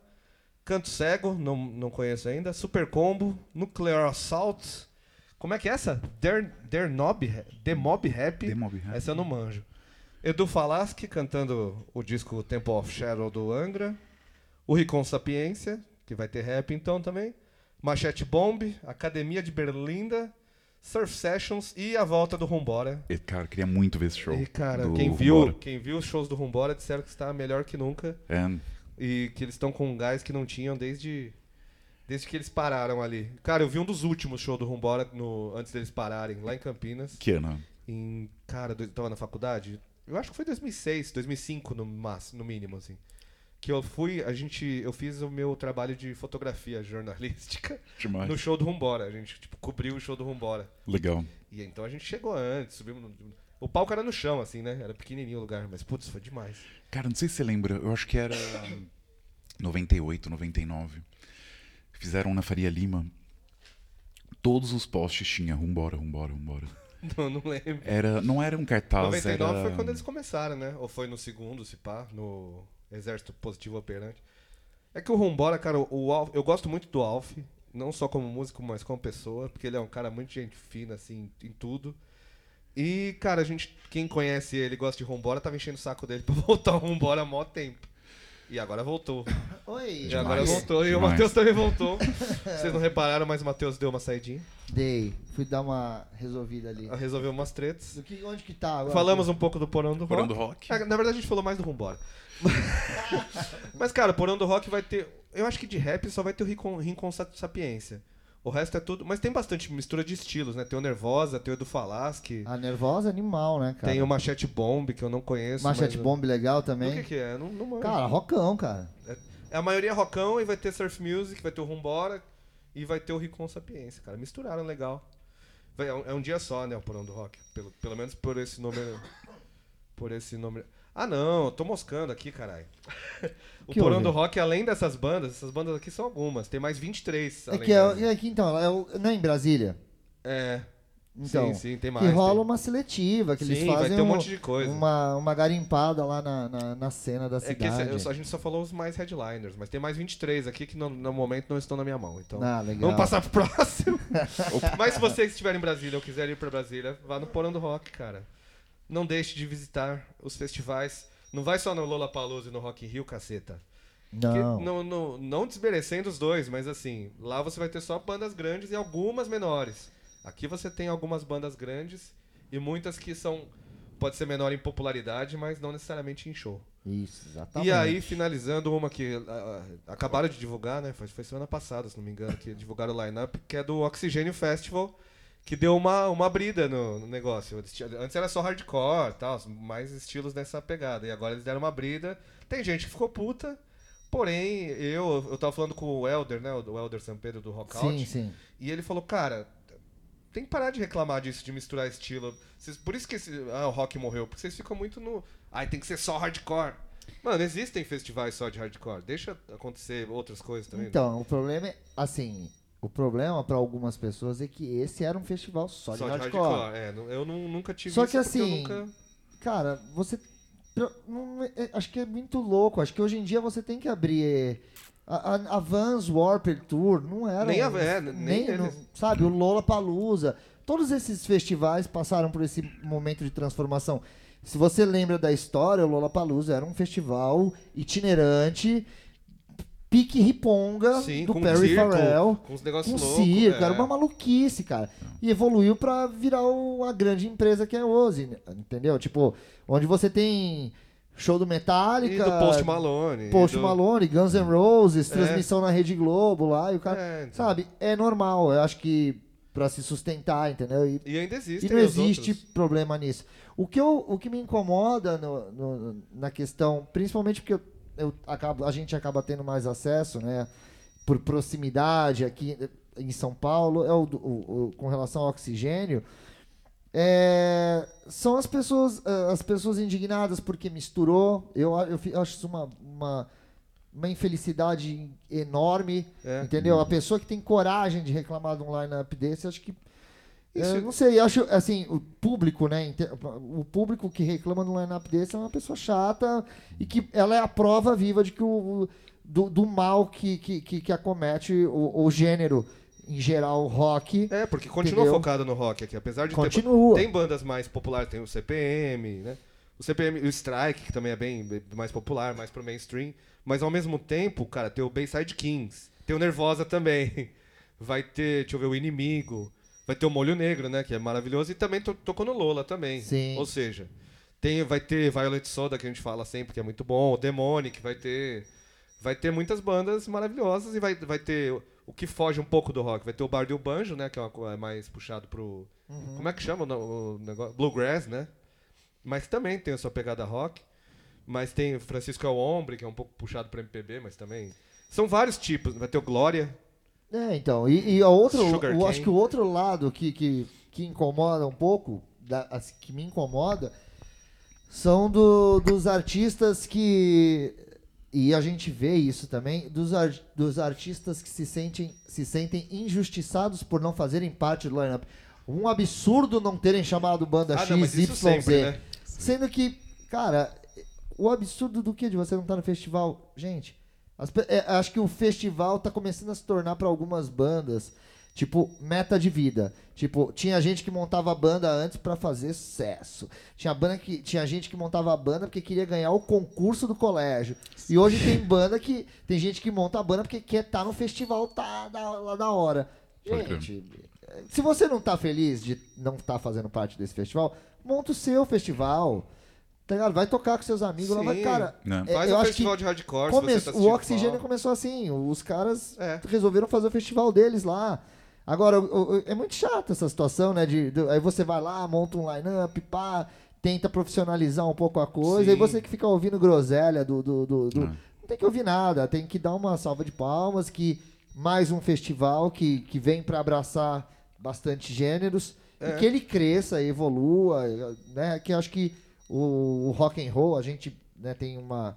Canto Cego, não, não conheço ainda. Super Combo, Nuclear Assault. Como é que é essa? Der, Der Nob, The Mob Rap. The Mob Rap. Essa eu não manjo. Edu Falaschi cantando o disco Temple of Shadow do Angra. O Ricon Sapiência, que vai ter rap então também. Machete Bomb, Academia de Berlinda, Surf Sessions e a volta do Rumbora. E, cara, eu queria muito ver esse show. E cara, do quem viu, Rumbora. quem viu os shows do Rumbora disseram que está melhor que nunca É, e que eles estão com um gás que não tinham desde desde que eles pararam ali. Cara, eu vi um dos últimos shows do Rumbora no antes deles pararem lá em Campinas. que ano? Em cara, do- tava na faculdade. Eu acho que foi 2006, 2005 no máximo, no mínimo assim. Que eu fui, a gente, eu fiz o meu trabalho de fotografia jornalística Demais. no show do Rumbora. A gente tipo, cobriu o show do Rumbora. Legal. E então a gente chegou antes, subimos. No... O palco era no chão, assim, né? Era pequenininho o lugar, mas putz, foi demais. Cara, não sei se você lembra, eu acho que era 98, 99. Fizeram na Faria Lima. Todos os postes tinha rumbora, rumbora, rumbora. Não, não lembro. Era, não era um cartaz, 99 era... um- foi quando eles começaram, né? Ou foi no segundo, se pá, no Exército Positivo Operante. É que o Rumbora, cara, o Alf, eu gosto muito do Alf, não só como músico, mas como pessoa, porque ele é um cara muito gente fina, assim, em tudo. E, cara, a gente, quem conhece ele e gosta de Rumbora, tava enchendo o saco dele pra voltar o Rumbora há mó tempo. E agora voltou. Oi, E agora Demais. voltou. E o Demais. Matheus também voltou. Vocês não repararam, mas o Matheus deu uma saidinha. Dei. Fui dar uma resolvida ali. Resolveu umas tretas. Do que, onde que tá agora? Falamos um pouco do Porão do Porão Rock. do Rock. Ah, Na verdade, a gente falou mais do Rumbora. mas, cara, o Porão do Rock vai ter... Eu acho que de rap só vai ter o Rincon, Rincon Sa- Sapiência. O resto é tudo... Mas tem bastante mistura de estilos, né? Tem o Nervosa, tem o Edu Falasque, A Nervosa é animal, né, cara? tem o Machete Bomb, que eu não conheço. Machete mas- Bomb legal O também. que que é? Não, não manjo. Cara, rockão, cara. É a maioria é rockão e vai ter surf music, vai ter o Rumbora e vai ter o Ricon Sapiência, cara. Misturaram legal. Vai- É um, é um dia só, né, o Porão do Rock. Pelo, pelo menos né? por esse número. Por esse número. Ah, não, eu tô moscando aqui, caralho. o Que Porão houve? do Rock, além dessas bandas, essas bandas aqui são algumas, tem mais 23. É além que, é, dessas. é que, então, é o- não é em Brasília? É. Então, sim, sim, tem mais. Que rola tem. uma seletiva, que eles Sim, vai fazem ter um monte de coisa. Uma, uma garimpada lá na, na, na cena da É que esse- cidade. eu só- a gente só falou os mais headliners, mas tem mais 23 aqui que no, no momento não estão na minha mão. Então, Ah, legal. vamos passar pro próximo. mas se você estiver em Brasília ou quiser ir pra Brasília, vá no Porão do Rock, cara. Não deixe de visitar os festivais. Não vai só no Lollapalooza e no Rock in Rio, caceta. Que Não. não, não, não desmerecendo os dois, mas assim, lá você vai ter só bandas grandes e algumas menores. Aqui você tem algumas bandas grandes e muitas que são. Pode ser menor em popularidade, mas não necessariamente em show. Isso, exatamente. E aí, finalizando uma que ah, ah, acabaram de divulgar, né? Foi, foi semana passada, se não me engano, que divulgaram o line-up, que é do Oxigênio Festival, que deu uma, uma brida no, no negócio. Eles tinham- Antes era só hardcore tal, mais estilos nessa pegada. E agora eles deram uma brida. Tem gente que ficou puta, porém, eu, eu tava falando com o Elder, né? O Elder San Pedro do Rockout. Sim, sim. E ele falou, cara, tem que parar de reclamar disso, de misturar estilo. Vocês- por isso que esse, ah, o rock morreu, porque vocês ficam muito no. Ai, tem que ser só hardcore. Mano, existem festivais só de hardcore. Deixa acontecer outras coisas também. né? Então, o problema é, assim, o problema pra algumas pessoas é que esse era um festival só, de hardcore. É, nu- eu nu- nunca tive Só isso que porque eu assim, nunca- Cara, você. pra- não- é- acho que é muito louco. Acho que hoje em dia você tem que abrir. é, A, a, a Vans Warped Tour não era. Nem a- um- é, nem eles. Sabe, o Lola Palusa. Todos esses festivais passaram por esse momento de transformação. Se você lembra da história, o Lola Palusa era um festival itinerante, pique riponga Sim, do com Perry circo, Farrell com os negócios um loucos. circo, é. era uma maluquice, cara. E evoluiu pra virar o- a grande empresa que é hoje, né? entendeu? Tipo, onde você tem show do E Metallica, do Post Malone. e Post do- Malone, Guns N' Roses, transmissão na Rede Globo lá, e o cara, É, então. sabe? É normal, eu acho que pra se sustentar, entendeu? E, E ainda e existem não os existe outros. problema nisso. O que, eu, o que me incomoda no- no- na questão, principalmente porque eu, eu acabo, a gente acaba tendo mais acesso, né? Por proximidade aqui em São Paulo, é o, do- o- o- com relação ao oxigênio. é, são as pessoas, ah, as pessoas indignadas porque misturou. Eu, a- eu fi- acho isso uma, uma, uma infelicidade enorme, É. entendeu? A pessoa que tem coragem de reclamar de um line-up desse, acho que Isso- eu não sei, eu acho assim, o público, né? inte- O público que reclama no line-up desse é uma pessoa chata e que ela é a prova viva de que o. o- Do, do mal que, que, que, que acomete o, o gênero, em geral, o rock. É, porque continua Entendeu? focado no rock aqui, apesar de ter Continua. Tem bandas mais populares, tem o CPM, né? O CPM, o Strike, que também é bem bem mais popular, mais pro mainstream. Mas ao mesmo tempo, cara, tem o Bayside Kings, tem o Nervosa também. Vai ter, deixa eu ver, o Inimigo. Vai ter o Molho Negro, né? Que é maravilhoso. E também to- tocou no Lola também. Sim. Ou seja, tem, vai ter Violet Soda, que a gente fala sempre, que é muito bom. O Demonic, vai ter. Vai ter muitas bandas maravilhosas e vai, vai ter o- o que foge um pouco do rock. Vai ter o Bardo e o Banjo, né? Que é, uma co- é mais puxado pro. Uhum. Como é que chama o no- o negócio? Bluegrass, né? Mas também tem a sua pegada rock. Mas tem o Francisco é o Hombre, que é um pouco puxado pro MPB, mas também. São vários tipos. Vai ter o Glória. É, então, e, e a outro, Sugar eu cane. acho que o outro lado que, que, que incomoda um pouco, da- as- que me incomoda, são do- dos artistas que, e a gente vê isso também, dos, ar- dos artistas que se sentem, se sentem injustiçados por não fazerem parte do lineup. Um absurdo não terem chamado banda Ah, X, não, mas isso Y, sempre, Z. né? Sendo que, cara, o absurdo do que de você não estar no festival? Gente, as pe- é, acho que o festival tá começando a se tornar para algumas bandas, tipo, meta de vida. Tipo, tinha gente que montava banda antes para fazer sucesso. Tinha, banda que, tinha gente que montava a banda porque queria ganhar o concurso do colégio. E hoje tem banda que. Tem gente que monta a banda porque quer estar no festival tá, da, lá da hora. Pode crer. Gente, se você não tá feliz de não estar fazendo parte desse festival, monta o seu festival. Tá ligado? Vai tocar com seus amigos lá, Sim. vai, cara. Né? é, Faz eu um acho festival que de hardcore. se come- você tá o assistindo Oxigênio fora. começou assim, os caras É. resolveram fazer o festival deles lá. Agora, o- o- é muito chato essa situação, né? De, do- aí você vai lá, monta um line-up, pá, tenta profissionalizar um pouco a coisa, Sim. e você que fica ouvindo groselha do. do, do- do- É. Não tem que ouvir nada, tem que dar uma salva de palmas, que mais um festival que, que vem pra abraçar bastante gêneros, É. e que ele cresça, evolua, né? Que eu acho que o, o rock and roll, a gente né, tem uma,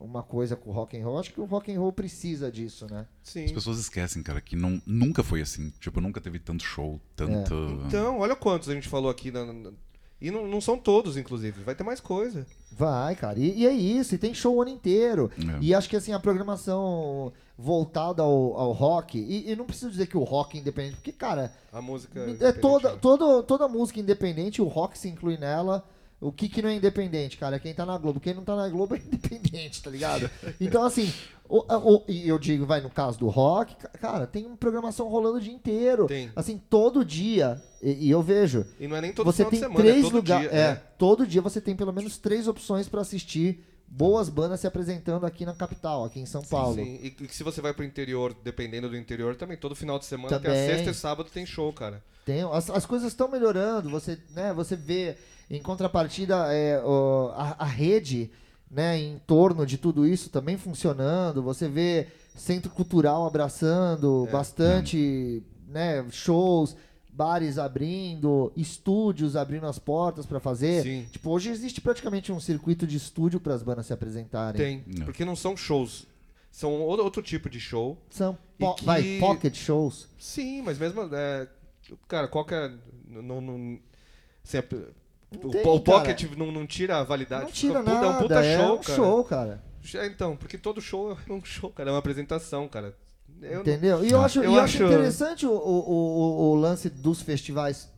uma coisa com o rock and roll. Acho que o rock and roll precisa disso, né? Sim. As pessoas esquecem, cara, que não, nunca foi assim. Tipo, nunca teve tanto show, tanto. Então, olha quantos a gente falou aqui. na- na- E não, não são todos, inclusive. Vai ter mais coisa. Vai, cara. E, e é isso, e tem show o ano inteiro. É. E acho que assim, a programação voltada ao, ao rock, e, e não preciso dizer que o rock é independente, porque, cara, A música. é independente, toda, né? toda, toda música independente, o rock se inclui nela. O que, que não é independente, cara? É quem tá na Globo. Quem não tá na Globo é independente, tá ligado? Então, assim, o, o- e eu digo, vai, no caso do rock, ca- cara, tem uma programação rolando o dia inteiro. Tem. Assim, todo dia. E, e eu vejo. E não é nem todo você final tem de semana, é três todo lugares. dia. É, né? todo dia você tem pelo menos três opções pra assistir boas bandas se apresentando aqui na capital, aqui em São Paulo. Sim, e, e se você vai pro interior, dependendo do interior, também todo final de semana, até Também. sexta e sábado tem show, cara. Tem, as, as coisas estão melhorando, você, né, você vê em contrapartida é, o- a, a rede né, em torno de tudo isso também funcionando, você vê centro cultural É. abraçando bastante né, shows, bares abrindo, estúdios abrindo as portas para fazer. Sim. Tipo, hoje existe praticamente um circuito de estúdio para as bandas se apresentarem. Tem, Não. porque não são shows. São o- outro tipo de show. São E po- que- vai, pocket shows. Sim, mas mesmo. é, cara, qual que é. Não, não- assim, é- o, tem, o Pocket cara. não, não tira a validade. Não tira Puta, nada, é um puta é show, um cara. show, cara. É, então, porque todo show é um show, cara. É uma apresentação, cara. Eu não- Entendeu? E eu acho, Ah, Eu e eu acho- acho interessante o, o- o- o lance dos festivais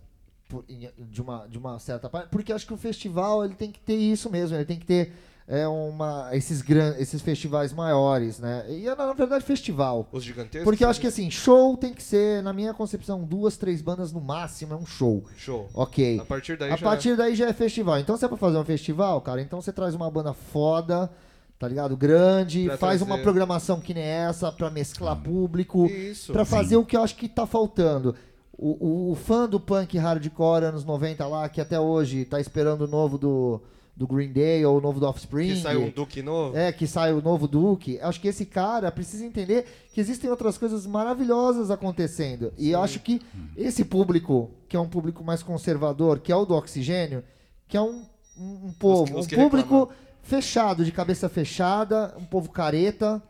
por- em- de, uma, de uma certa parte, porque eu acho que o festival ele tem que ter isso mesmo, ele tem que ter é, uma, esses, gran, esses festivais maiores, né? E é, na verdade festival. Os gigantescos. Porque eu acho que assim, show tem que ser, na minha concepção, duas, três bandas no máximo, é um show. Show. Ok. A partir daí A já. partir daí já é festival. Então, se é pra fazer um festival, cara, então você traz uma banda foda, tá ligado? Grande, Pra faz trazer. Hum. uma programação que nem essa, pra mesclar público, Isso. pra fazer o que eu acho que tá faltando. O, o- o fã do punk hardcore anos 90 lá, que até hoje tá esperando o novo do, do Green Day ou o novo do Offspring. Que saiu um Duke novo. É, que sai o novo Duke. Acho que esse cara precisa entender que existem outras coisas maravilhosas acontecendo. E eu acho que esse público, que é um público mais conservador, que é o do oxigênio, que é um, um, um povo, os um que público reclamam. fechado, de cabeça fechada, um povo careta,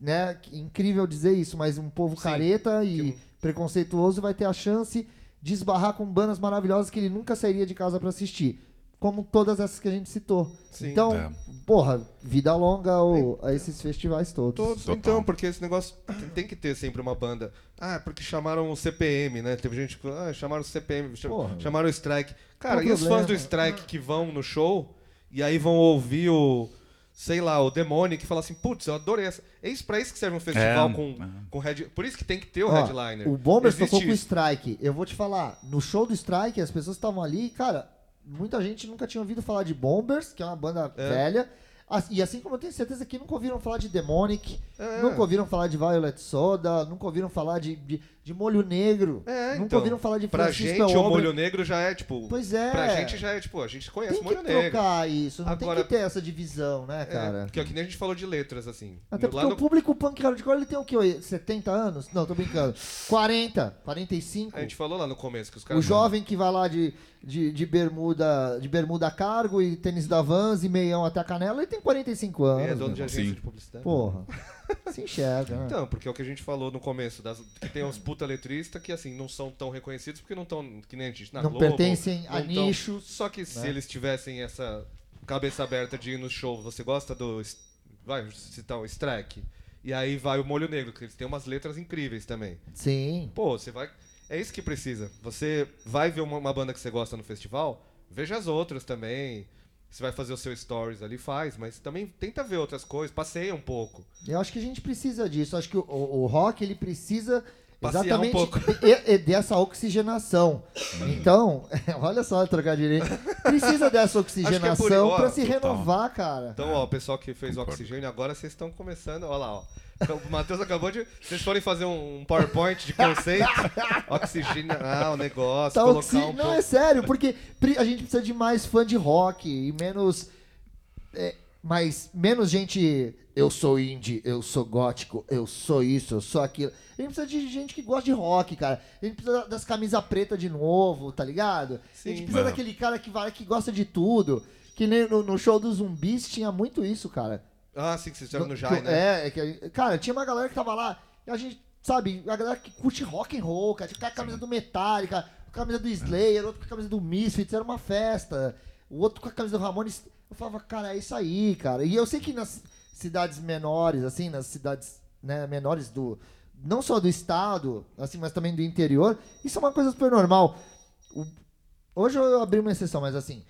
né? Que- Incrível dizer isso, mas um povo Sim, careta e que- preconceituoso vai ter a chance de esbarrar com bandas maravilhosas que ele nunca sairia de casa pra assistir. Como todas essas que a gente citou. Sim. então, É. porra, vida longa ao- a esses festivais todos. Todos. Total. Então, porque esse negócio tem- tem que ter sempre uma banda. Ah, porque chamaram o CPM, né? Teve gente que falou, ah, chamaram o CPM, cham- Porra. chamaram o Strike. Cara, Qual e os fãs problema? do Strike que vão no show e aí vão ouvir o, sei lá, o Demônio que fala assim, putz, eu adorei essa. É isso pra isso que serve um festival É, com, é. com head... Por isso que tem que ter o Ó, headliner. o Bombers Existe tocou com o isso. Strike. Eu vou te falar, no show do Strike, as pessoas estavam ali, e, cara, muita gente nunca tinha ouvido falar de Bombers, que é uma banda velha. As- E assim como eu tenho certeza que nunca ouviram falar de Demonic, É. nunca ouviram falar de Violet Soda, nunca ouviram falar de, de, de Molho Negro, É, nunca então, ouviram falar de Pra Francisco gente, o Elobra. Molho Negro já é, tipo... Pois é. Pra gente já é, tipo, a gente conhece Tem que Molho Negro. trocar isso, não Agora- tem que ter essa divisão, né, É, cara? porque ó, que nem a gente falou de letras, assim. Até No- porque o público punk hardcore ele tem o quê? 70 anos? Não, tô brincando. 40, 45. A gente falou lá no começo que os O caras. jovem que vai lá de, de, de bermuda de bermuda a cargo e tênis da Vans e meião até a canela, ele tem 45 anos. É dono meu. de agência Sim. de publicidade. Porra. Se enxerga, né? Então, porque é o que a gente falou no começo, das, que tem uns puta letristas que, assim, não são tão reconhecidos porque não estão, que nem a gente, na Não Globo. pertencem a né? não tão- nichos, Só que se eles tivessem essa cabeça aberta de ir no show, você gosta do... s- Vai citar o Strike. E aí vai o Molho Negro, que eles têm umas letras incríveis também. Sim. Pô, você vai... É isso que precisa. Você vai ver uma, uma banda que você gosta no festival, veja as outras também. Você vai fazer o seu stories ali, faz. Mas também tenta ver outras coisas, passeia um pouco. Eu acho que a gente precisa disso. Acho que o, o rock ele precisa Passear exatamente um pouco. e- e dessa oxigenação. Então, olha só, trocadilho. hein? Precisa dessa Acho que é por- oxigenação ó, pra se total. renovar, cara. Então, ó, o pessoal que fez o Concordo. oxigênio, agora vocês estão começando. Ó lá, ó. Então, O Matheus acabou de. Vocês forem fazer um PowerPoint de conceito. oxigênio. Ah, o negócio. Tá colocar oxi- um Não, pouco. é sério, porque pri- a gente precisa de mais fã de rock e menos é, mas menos gente. Eu sou indie, eu sou gótico, eu sou isso, eu sou aquilo. A gente precisa de gente que gosta de rock, cara. A gente precisa das camisas pretas de novo, tá ligado? A gente Sim. precisa É. daquele cara que vai que gosta de tudo. Que nem no, no show dos zumbis tinha muito isso, cara. Ah, sim, que vocês fizeram no Que- Jai, né? É, é que, a- cara, tinha uma galera que tava lá, e a gente, sabe, a galera que curte rock and roll, cara, tinha a camisa do Metallica, a camisa do Slayer, outro com a camisa do Misfits, era uma festa, o outro com a camisa do Ramones, eu falava, cara, é isso aí, cara, e eu sei que nas cidades menores, assim, nas cidades, né, menores do, não só do estado, assim, mas também do interior, isso é uma coisa super normal, O- hoje eu abri uma exceção, mas assim,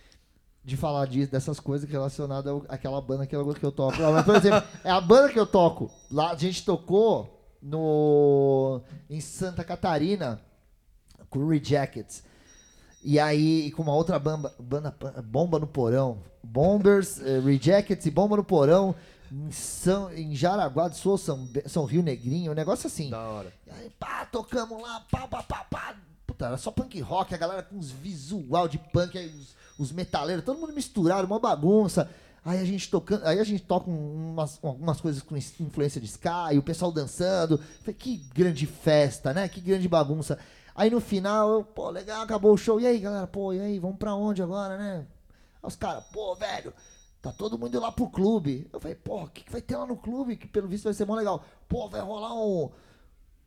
de falar disso, dessas coisas relacionadas ao- àquela banda que eu, que eu toco. lá. Mas, por exemplo, é a banda que eu toco. Lá a gente tocou no em Santa Catarina com o Rejackets. E aí, e com uma outra banda, banda pan- Bomba no Porão. Bombers, eh, Rejackets e Bomba no Porão. Em, São, em Jaraguá do Sul, São, Be- São Rio Negrinho, um negócio assim. Da hora. E Aí, pá, tocamos lá, pá, pá, pá, pá. Puta, era só punk rock, a galera com uns visual de punk, aí os, os metaleiros, todo mundo misturado, uma bagunça. Aí a gente tocando, aí a gente toca um- umas, algumas coisas com ins- influência de ska, e o pessoal dançando. Falei, que grande festa, né? Que grande bagunça. Aí no final, eu, pô, legal, acabou o show. E aí, galera, pô, e aí, vamos pra onde agora, né? Aí os caras, pô, velho, tá todo mundo indo lá pro clube. Eu falei, pô, o que, que vai ter lá no clube? Que pelo visto vai ser mó legal. Pô, vai rolar um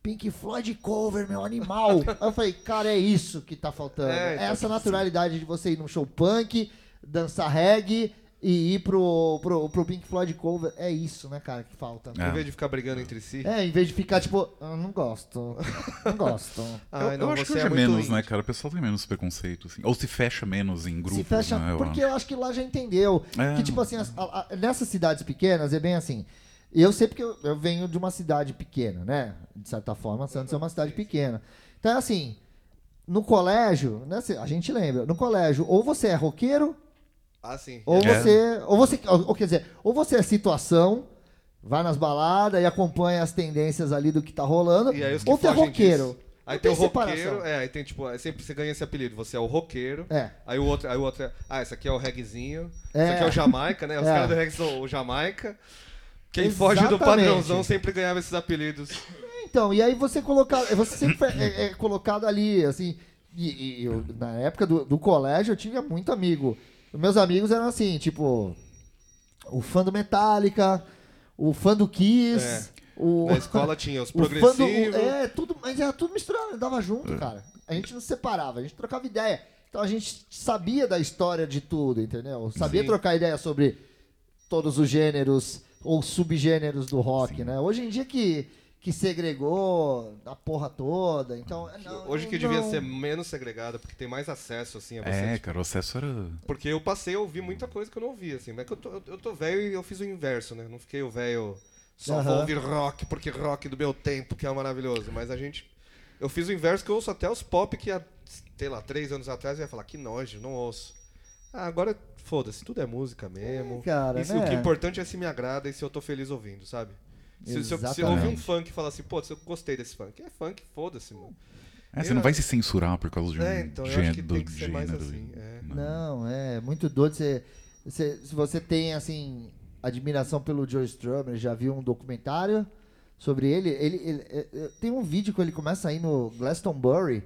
Pink Floyd cover, meu animal. Aí eu falei, cara, é isso que tá faltando. É, então, Essa naturalidade de você ir num show punk, dançar reggae e ir pro, pro, pro Pink Floyd cover. É isso, né, cara, que falta. É. Em vez de ficar brigando entre si. É, em vez de ficar tipo, ah, não gosto, não gosto. eu Ai, eu acho que hoje é, menos, né, cara? O pessoal tem menos preconceito, assim. Ou se fecha menos em grupos, se fecha, né? eu porque acho. eu acho que lá já entendeu. É. Que, tipo assim, as- a- a- nessas cidades pequenas é bem assim. Eu sei porque eu, eu venho de uma cidade pequena, né? De certa forma, Santos é uma cidade pequena. Então é assim, no colégio, né, se- a gente lembra, no colégio, ou você é roqueiro, Ah, sim. ou É. você. Ou você. Ou, ou quer dizer, ou você é situação, vai nas baladas e acompanha as tendências ali do que tá rolando, E aí os que ou você é fogem roqueiro. disso. Aí Não tem o separação. roqueiro, é, aí tem tipo, aí sempre você ganha esse apelido, você é o roqueiro. É. Aí o outro, aí o outro é, ah, esse aqui é o regzinho, É. esse aqui é o Jamaica, né? Os É. caras do reggae são o Jamaica. Quem Exatamente. foge do padrãozão sempre ganhava esses apelidos. Então, e aí você colocar, você sempre foi- é, é colocado ali, assim, e, e eu, na época do, do colégio eu tinha muito amigo. Os meus amigos eram assim, tipo, o fã do Metallica, o fã do Kiss, É. o, Na escola tinha os o fã progressivos. do, é, tudo, mas era tudo misturado, andava junto, cara. A gente não se separava, a gente trocava ideia. Então a gente sabia da história de tudo, entendeu? Sabia Sim. trocar ideia sobre todos os gêneros ou subgêneros do rock, né? Hoje em dia que, que segregou a porra toda, então... não, Hoje que não- devia ser menos segregada, porque tem mais acesso, assim, a você. É, tipo, cara, o acesso era. Porque eu passei a ouvir muita coisa que eu não ouvia, assim. Mas que eu tô, eu tô velho e eu fiz o inverso, né? Não fiquei o velho só vou Aham. ouvir rock, porque rock do meu tempo, que é maravilhoso. Mas a gente... Eu fiz o inverso que eu ouço até os pop que há, sei lá, três anos atrás eu ia falar, que nojo, não ouço. Ah, agora, foda-se, tudo é música mesmo. É, cara, e se- né? O que é importante é se me agrada e se eu tô feliz ouvindo, sabe? Se, se, eu, se eu ouvir um Exatamente. funk e falar assim, pô, se eu gostei desse funk, é funk, foda-se, mano. É, você não vai se censurar por causa de um É, então eu acho gênero. que tem que ser mais gênero, assim, é. né? Não, é muito doido. Você, você- se você tem, assim, admiração pelo Joe Strummer, já viu um documentário sobre ele? Ele, ele- é- é- tem um vídeo que ele começa aí no Glastonbury,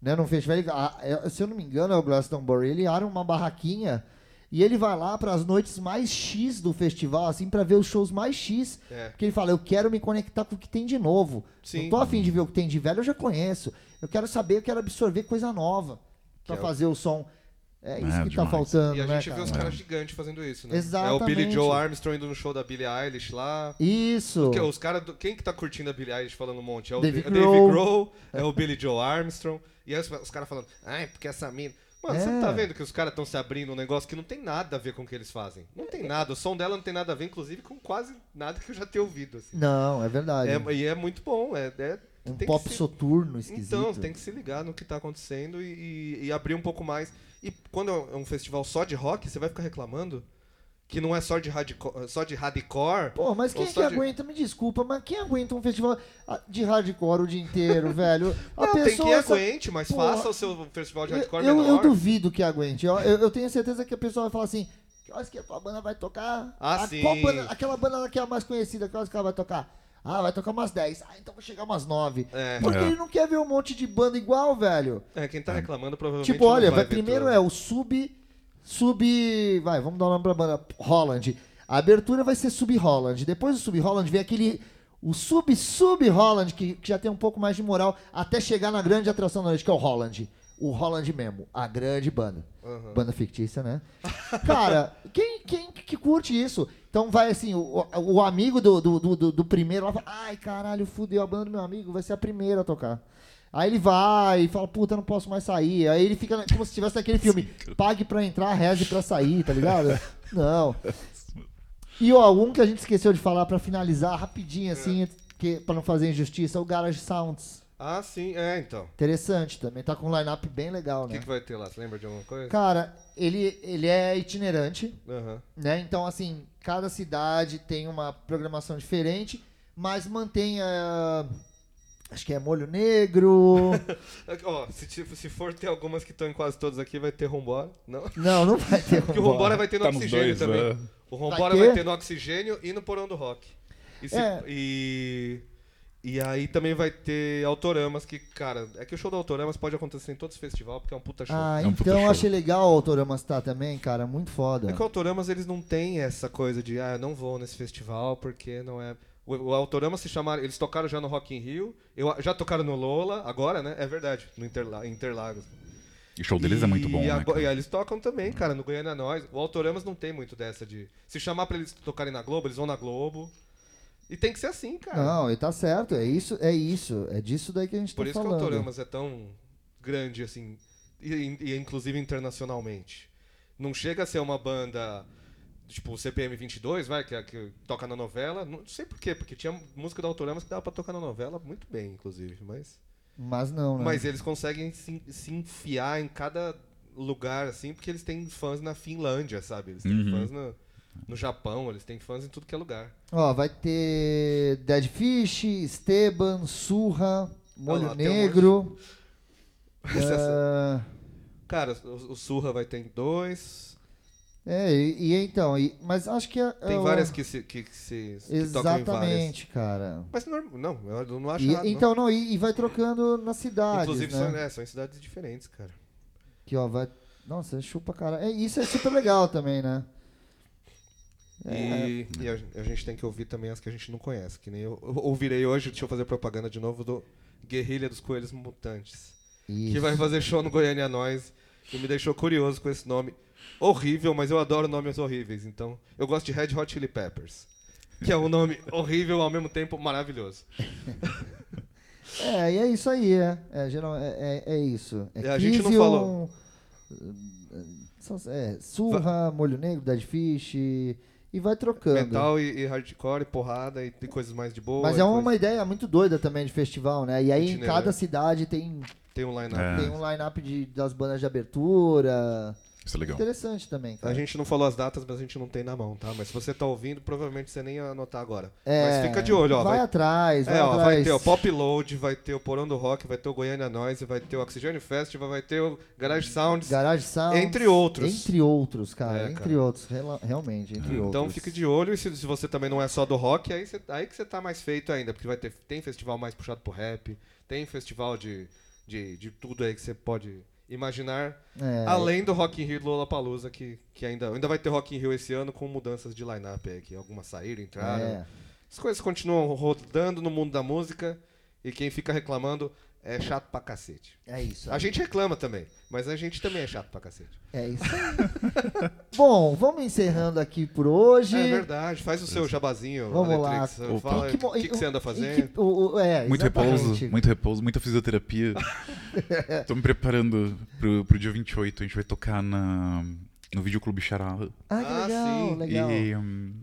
né, num festival. ele- ah, é- se eu não me engano, é o Glastonbury. Ele abre uma barraquinha e ele vai lá para as noites mais X do festival, assim, para ver os shows mais X. É. Porque ele fala, eu quero me conectar com o que tem de novo. Sim. Não tô afim de ver o que tem de velho, eu já conheço. Eu quero saber, eu quero absorver coisa nova pra é o- fazer o som. É isso que tá demais. faltando, E a né, gente vê cara? os caras gigantes fazendo isso, né? É o Exatamente. Billy Joe Armstrong indo no show da Billie Eilish lá. Isso. Que é os cara do- Quem que tá curtindo a Billie Eilish falando um monte? É o Dave David Grohl, Grohl. é o Billy Joe Armstrong. E aí os, os caras falando, ai, porque essa mina... Mano, você não É. tá vendo que os caras estão se abrindo um negócio que não tem nada a ver com o que eles fazem. Não tem nada. O som dela não tem nada a ver, inclusive, com quase nada que eu já tenha ouvido, assim. Não, é verdade. É- e é muito bom. É, é- um tem que pop se- soturno esquisito. então, você tem que se ligar no que tá acontecendo e, e- e abrir um pouco mais. E quando é um festival só de rock, você vai ficar reclamando que não é só de hardcore, só de hardcore. Pô, mas quem Ou é que só de- aguenta? Me desculpa, mas quem aguenta um festival de hardcore o dia inteiro, velho? A Não, tem pessoa quem essa- aguente, mas Pô, faça o seu festival de Eu, hardcore eu, eu menor. duvido que aguente. Eu, eu, eu tenho certeza que a pessoa vai falar assim: Que horas que a tua banda vai tocar? Ah, A- sim. qual banda- aquela banda lá que é a mais conhecida, que horas que ela vai tocar? Ah, vai tocar umas 10. Ah, então vou chegar umas 9. É. Porque É. ele não quer ver um monte de banda igual, velho. É, quem tá reclamando provavelmente. Tipo, não olha, vai vai, ver primeiro tudo. é o sub. Sub. Vai, vamos dar o nome pra banda. Holland. A abertura vai ser sub Holland. Depois do sub Holland vem aquele. O sub sub Holland, que, que já tem um pouco mais de moral, até chegar na grande atração da noite, que é o Holland. O Holland mesmo, a grande banda. Banda fictícia, né? Cara, quem, quem que curte isso? Então vai assim, o, o amigo do, do, do- do- do primeiro lá fala, ai caralho, fudeu a banda do meu amigo, vai ser a primeira a tocar. Aí ele vai e fala, puta, não posso mais sair. Aí ele fica na- como se tivesse aquele filme, pague pra entrar, reze pra sair, tá ligado? Não. E ó, um que a gente esqueceu de falar pra finalizar É. rapidinho, assim, que, pra não fazer injustiça, é o Garage Sounds. Ah, sim, é, então. O Interessante também, tá com um line-up bem legal, que, né? que é? vai ter lá? Você lembra de alguma coisa? Cara, ele, ele é itinerante, Aham. né? Então, assim, cada cidade tem uma programação diferente, mas mantém ah, Acho que é molho negro. Ó, se, ti- se for ter algumas que estão em quase todas aqui, vai ter Rombora. Não. não, não vai ter. um Porque o Rombora vai ter no Tá nos oxigênio dois, também. é. O Rombora Vai ter? vai ter no oxigênio e no porão do rock. E, se- É. e, e aí também vai ter Autoramas, que, cara, é que o show do Autoramas pode acontecer em todos os festivais, porque é um puta show. Ah, É um puta então eu show. achei legal o Autorama estar também, cara. Muito É foda. que o Autoramas eles não têm essa coisa de, ah, eu não vou nesse festival porque não é. O, o Autorama se chamaram, eles tocaram já no Rock in Rio, eu, já tocaram no Lola, agora, né? É verdade, no Interla- Interlagos. E o show deles é muito bom, e né? agora- cara? e aí eles tocam também, cara, no Goiânia Nós. O Autoramas não tem muito dessa de. Se chamar pra eles tocarem na Globo, eles vão na Globo. E tem que ser assim, cara. Não, e tá certo. É isso, é isso. É disso daí que a gente Por tá isso falando. que o Autoramas é tão grande, assim, e, e- e inclusive internacionalmente. Não chega a ser uma banda, tipo, CPM 22, vai, que, é, que toca na novela. Não sei por quê, porque tinha música do Autoramas que dava pra tocar na novela muito bem, inclusive. Mas, Mas não, né? mas eles conseguem se, en- se enfiar em cada lugar, assim, porque eles têm fãs na Finlândia, sabe? Eles têm Uhum. fãs no, no Japão, eles têm fãs em tudo que é lugar. Ó, vai ter Dead Fish, Esteban, Surra, Molho lá, tem um monte. Negro. É. é ah, Cara, o, o Surra vai ter em dois. É, e, e então, e- mas acho que. é- é Tem o- várias que se, que, que se que tocam em várias. Exatamente, cara. Mas norm- não, eu não acho E- nada. não. então, não, e, e vai trocando nas cidades. Inclusive, né? são, é, são em cidades diferentes, cara. Que ó, vai. Nossa, chupa cara. É, isso é super legal também, né? É. E, e a, a gente tem que ouvir também as que a gente não conhece. Que nem eu, eu ouvirei hoje, deixa eu fazer propaganda de novo, do Guerrilha dos Coelhos Mutantes. Isso. Que vai fazer show no Goiânia Nós. E me deixou curioso com esse nome. Horrível, mas eu adoro nomes horríveis. Então, eu gosto de Red Hot Chili Peppers. Que é um nome horrível ao mesmo tempo maravilhoso. É, e é isso aí, é. É, geral, é, é, é isso. É E a gente não Crisium, falou. eh, são- É, surra, molho negro, dead fish. E vai trocando. Metal e, e hardcore, e porrada e, e coisas mais de boa. Mas e é uma coisa- ideia muito doida também de festival, né? E aí em Itinerante. cada cidade tem, Tem um line-up. É. tem um line-up de- das bandas de abertura. Isso é legal. Interessante também, cara. A gente não falou as datas, mas a gente não tem na mão, tá? Mas se você tá ouvindo, provavelmente você nem ia anotar agora. É, mas fica de olho, ó. Vai, Vai, atrás, vai é, ó, atrás. vai ter o Pop Load, vai ter o Porão do Rock, vai ter o Goiânia Noise, vai ter o Oxigênio Festival, vai ter o Garage Sounds. Garage Sound. Entre outros. Entre outros, cara. É, entre cara. outros, rela- realmente, entre outros. então fica de olho, e se, se você também não é só do rock, aí, você- aí que você tá mais feito ainda, porque vai ter, tem festival mais puxado pro rap, tem festival de, de, de tudo aí que você pode imaginar. É. Além do Rock in Rio e Lollapalooza, que, que ainda, ainda vai ter Rock in Rio esse ano com mudanças de line-up aí, que algumas saíram, entraram. É. As coisas continuam rodando no mundo da música e quem fica reclamando é chato pra cacete. É isso. A gente reclama também, mas a gente também é chato pra cacete. É isso. Bom, vamos encerrando aqui por hoje. É verdade, faz o seu jabazinho, Vamos Aletrix. lá. Opa. Fala aí, Que mo- o que, que você anda em fazendo. que- o- o- é, Muito exatamente. repouso, muito repouso, muita fisioterapia. Tô me preparando pro, pro dia 28. A gente vai tocar na, no Videoclube Charala. Ah, que Ah, legal, sim. legal. E, hum,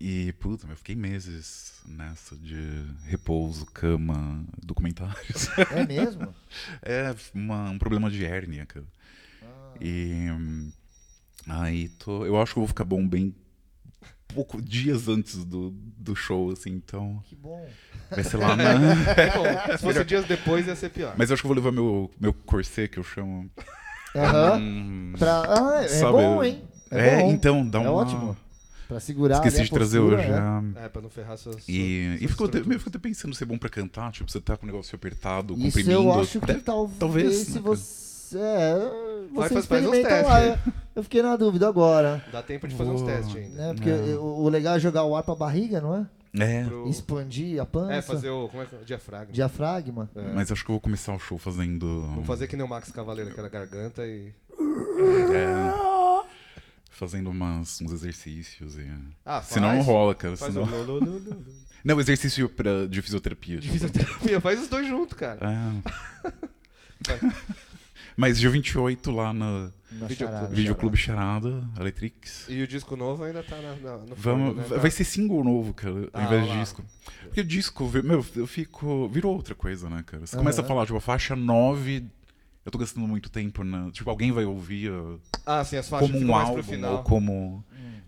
e, puta, eu fiquei meses nessa de repouso, cama, documentários. É mesmo? é uma- um problema de hérnia, cara. Ah. E hum, aí tô. Eu acho que eu vou ficar bom bem pouco dias antes do, do show, assim, então. Que bom. Vai ser lá na. Tá Bom, se fosse dias depois ia ser pior. Mas eu acho que eu vou levar meu, meu corset, que eu chamo. Aham. Hum, Pra... Ah, é Sabe, bom, hein? É, bom. então, dá É uma- ótimo. Pra segurar. ali Esqueci a de trazer postura, hoje. né? é. É, pra não ferrar suas. E, suas e ficou, até, estruturas. eu fico até pensando se é bom pra cantar, tipo, você tá com o negócio apertado, Isso comprimindo. eu acho que Deve- talvez, talvez, se né, cara? você. É, Vai você faz- um faz uns experimenta lá. Eu, testes. eu fiquei na dúvida agora. Dá tempo de fazer uns Boa. testes ainda. Né? Porque eu- o legal é jogar o ar pra barriga, não é? É, Pro- Expandir a pança, É, fazer o. Como é que é? Diafragma. diafragma. É, mas acho que eu vou começar o show fazendo. Vou fazer que nem o Max Cavaleiro, aquela garganta e. é, fazendo umas, uns exercícios. E... Ah, faz. senão não rola, cara. Faz senão- o lu, lu, lu, lu, lu. Não, exercício pra, de fisioterapia. De tipo. fisioterapia, faz os dois juntos, cara. É. Mas dia 28 lá no Na Video- charada. Videoclube Charada, Eletrix. E o disco novo ainda tá na, na- no Vamos, forno, né? vai- vai ser single novo, cara, ao Ah, invés lá. de disco. Porque o disco, vi- meu, eu fico. Virou outra coisa, né, cara? Você Aham. começa a falar, tipo, a faixa 9. Eu tô gastando muito tempo, né? Tipo, alguém vai ouvir uh, Ah, sim, as faixas como ficam um mais pro álbum ou final. Hum. como.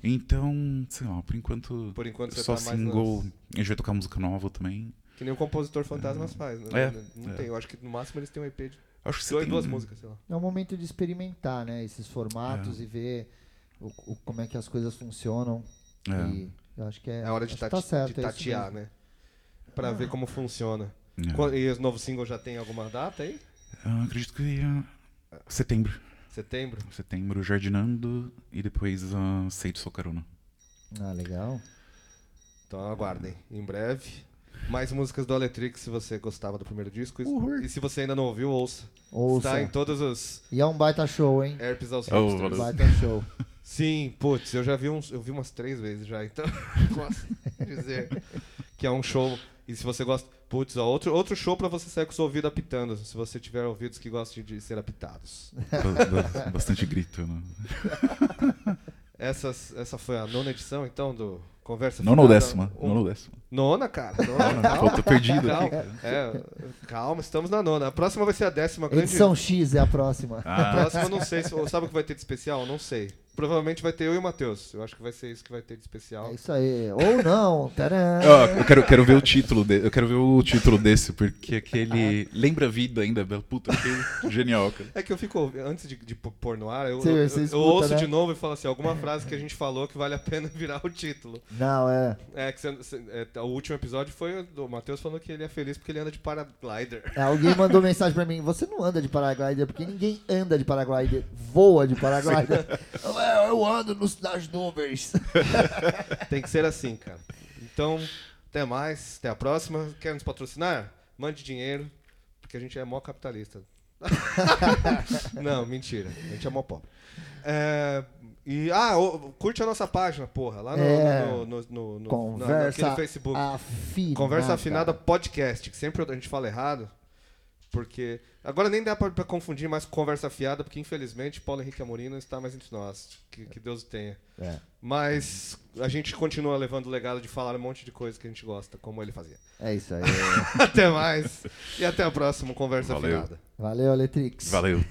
Então, sei lá, por enquanto. Por enquanto você só tá mais single. nas- A gente vai tocar música nova também. Que nem o compositor fantasmas faz, né? É, Não é. tem, eu acho que no máximo eles têm um EP de Acho que você dois, tem- duas músicas, sei lá. É o momento de experimentar, né? Esses formatos e ver o, o- como é que as coisas funcionam. É, E eu acho que é. É hora de, acho que tati- tá certo, de é isso tatear, né? Pra ver como funciona. é. Quan- E os novos singles já tem alguma data aí? Eu acredito que. uh, Setembro. Setembro? Setembro, Jardinando e depois uh, Seito Socarona. mesmo. Ah, legal. Então aguardem. Em breve. Mais músicas do Aletrix, se você gostava do primeiro disco. E- E se você ainda não ouviu, ouça. Ouça. Está em todos os E é um baita show, hein? Um herpes aos Oh, hipsters. valeu. Baita show. Sim, putz, eu já vi uns, eu vi umas três vezes já, então posso dizer que é um show. E se você gosta, putz, ó, outro, outro show pra você sair com os ouvidos apitando, se você tiver ouvidos que gostem de ser apitados. Ba- ba- Bastante grito, né? Essas, essa foi a nona edição, então, do Conversa Não no Fiada. décima. Um- Não no décima. Nona, cara. Nona, calma. Falta perdido Calma, aqui. cara. é, calma, estamos na nona. A próxima vai ser a décima. grande- Edição X é a próxima. A Ah, próxima eu não sei. se- Sabe o que vai ter de especial? Não sei. Provavelmente vai ter eu e o Matheus. Eu acho que vai ser isso que vai ter de especial. É isso aí. Ou não. Tcharam. ó, eu quero, quero ver o título de, eu quero ver o título desse, porque aquele. Lembra a vida ainda, Bela Puta, que genial, cara. É que eu fico, ouvi- antes de, de pô- pôr no ar, eu, Você- eu- você eu escuta, ouço né? de novo e falo assim, alguma frase que a gente falou que vale a pena virar o título. Não, é. É, que você- você- é, o último episódio foi o do Matheus falando que ele é feliz porque ele anda de paraglider. É, Alguém mandou mensagem pra mim, você não anda de paraglider, porque ninguém anda de paraglider, voa de paraglider. eu, eu ando nos, nas nuvens. Tem que ser assim, cara. Então, até mais, até a próxima. Quer nos patrocinar? Mande dinheiro, porque a gente é mó capitalista. Não, mentira. A gente é mó pobre. É, e, ah, ô, curte a nossa página, porra, lá no, É. no, no, no- no- Conversa naquele Facebook. afinada. Conversa Afinada Podcast, que sempre a gente fala errado, porque. Agora nem dá pra, pra confundir mais com Conversa Afiada, porque infelizmente Paulo Henrique Amorim não está mais entre nós. Que, que Deus o tenha. É. Mas a gente continua levando o legado de falar um monte de coisa que a gente gosta, como ele fazia. É isso aí. até mais. E até a próxima Conversa Valeu. Afiada. Valeu, Letrix. Valeu.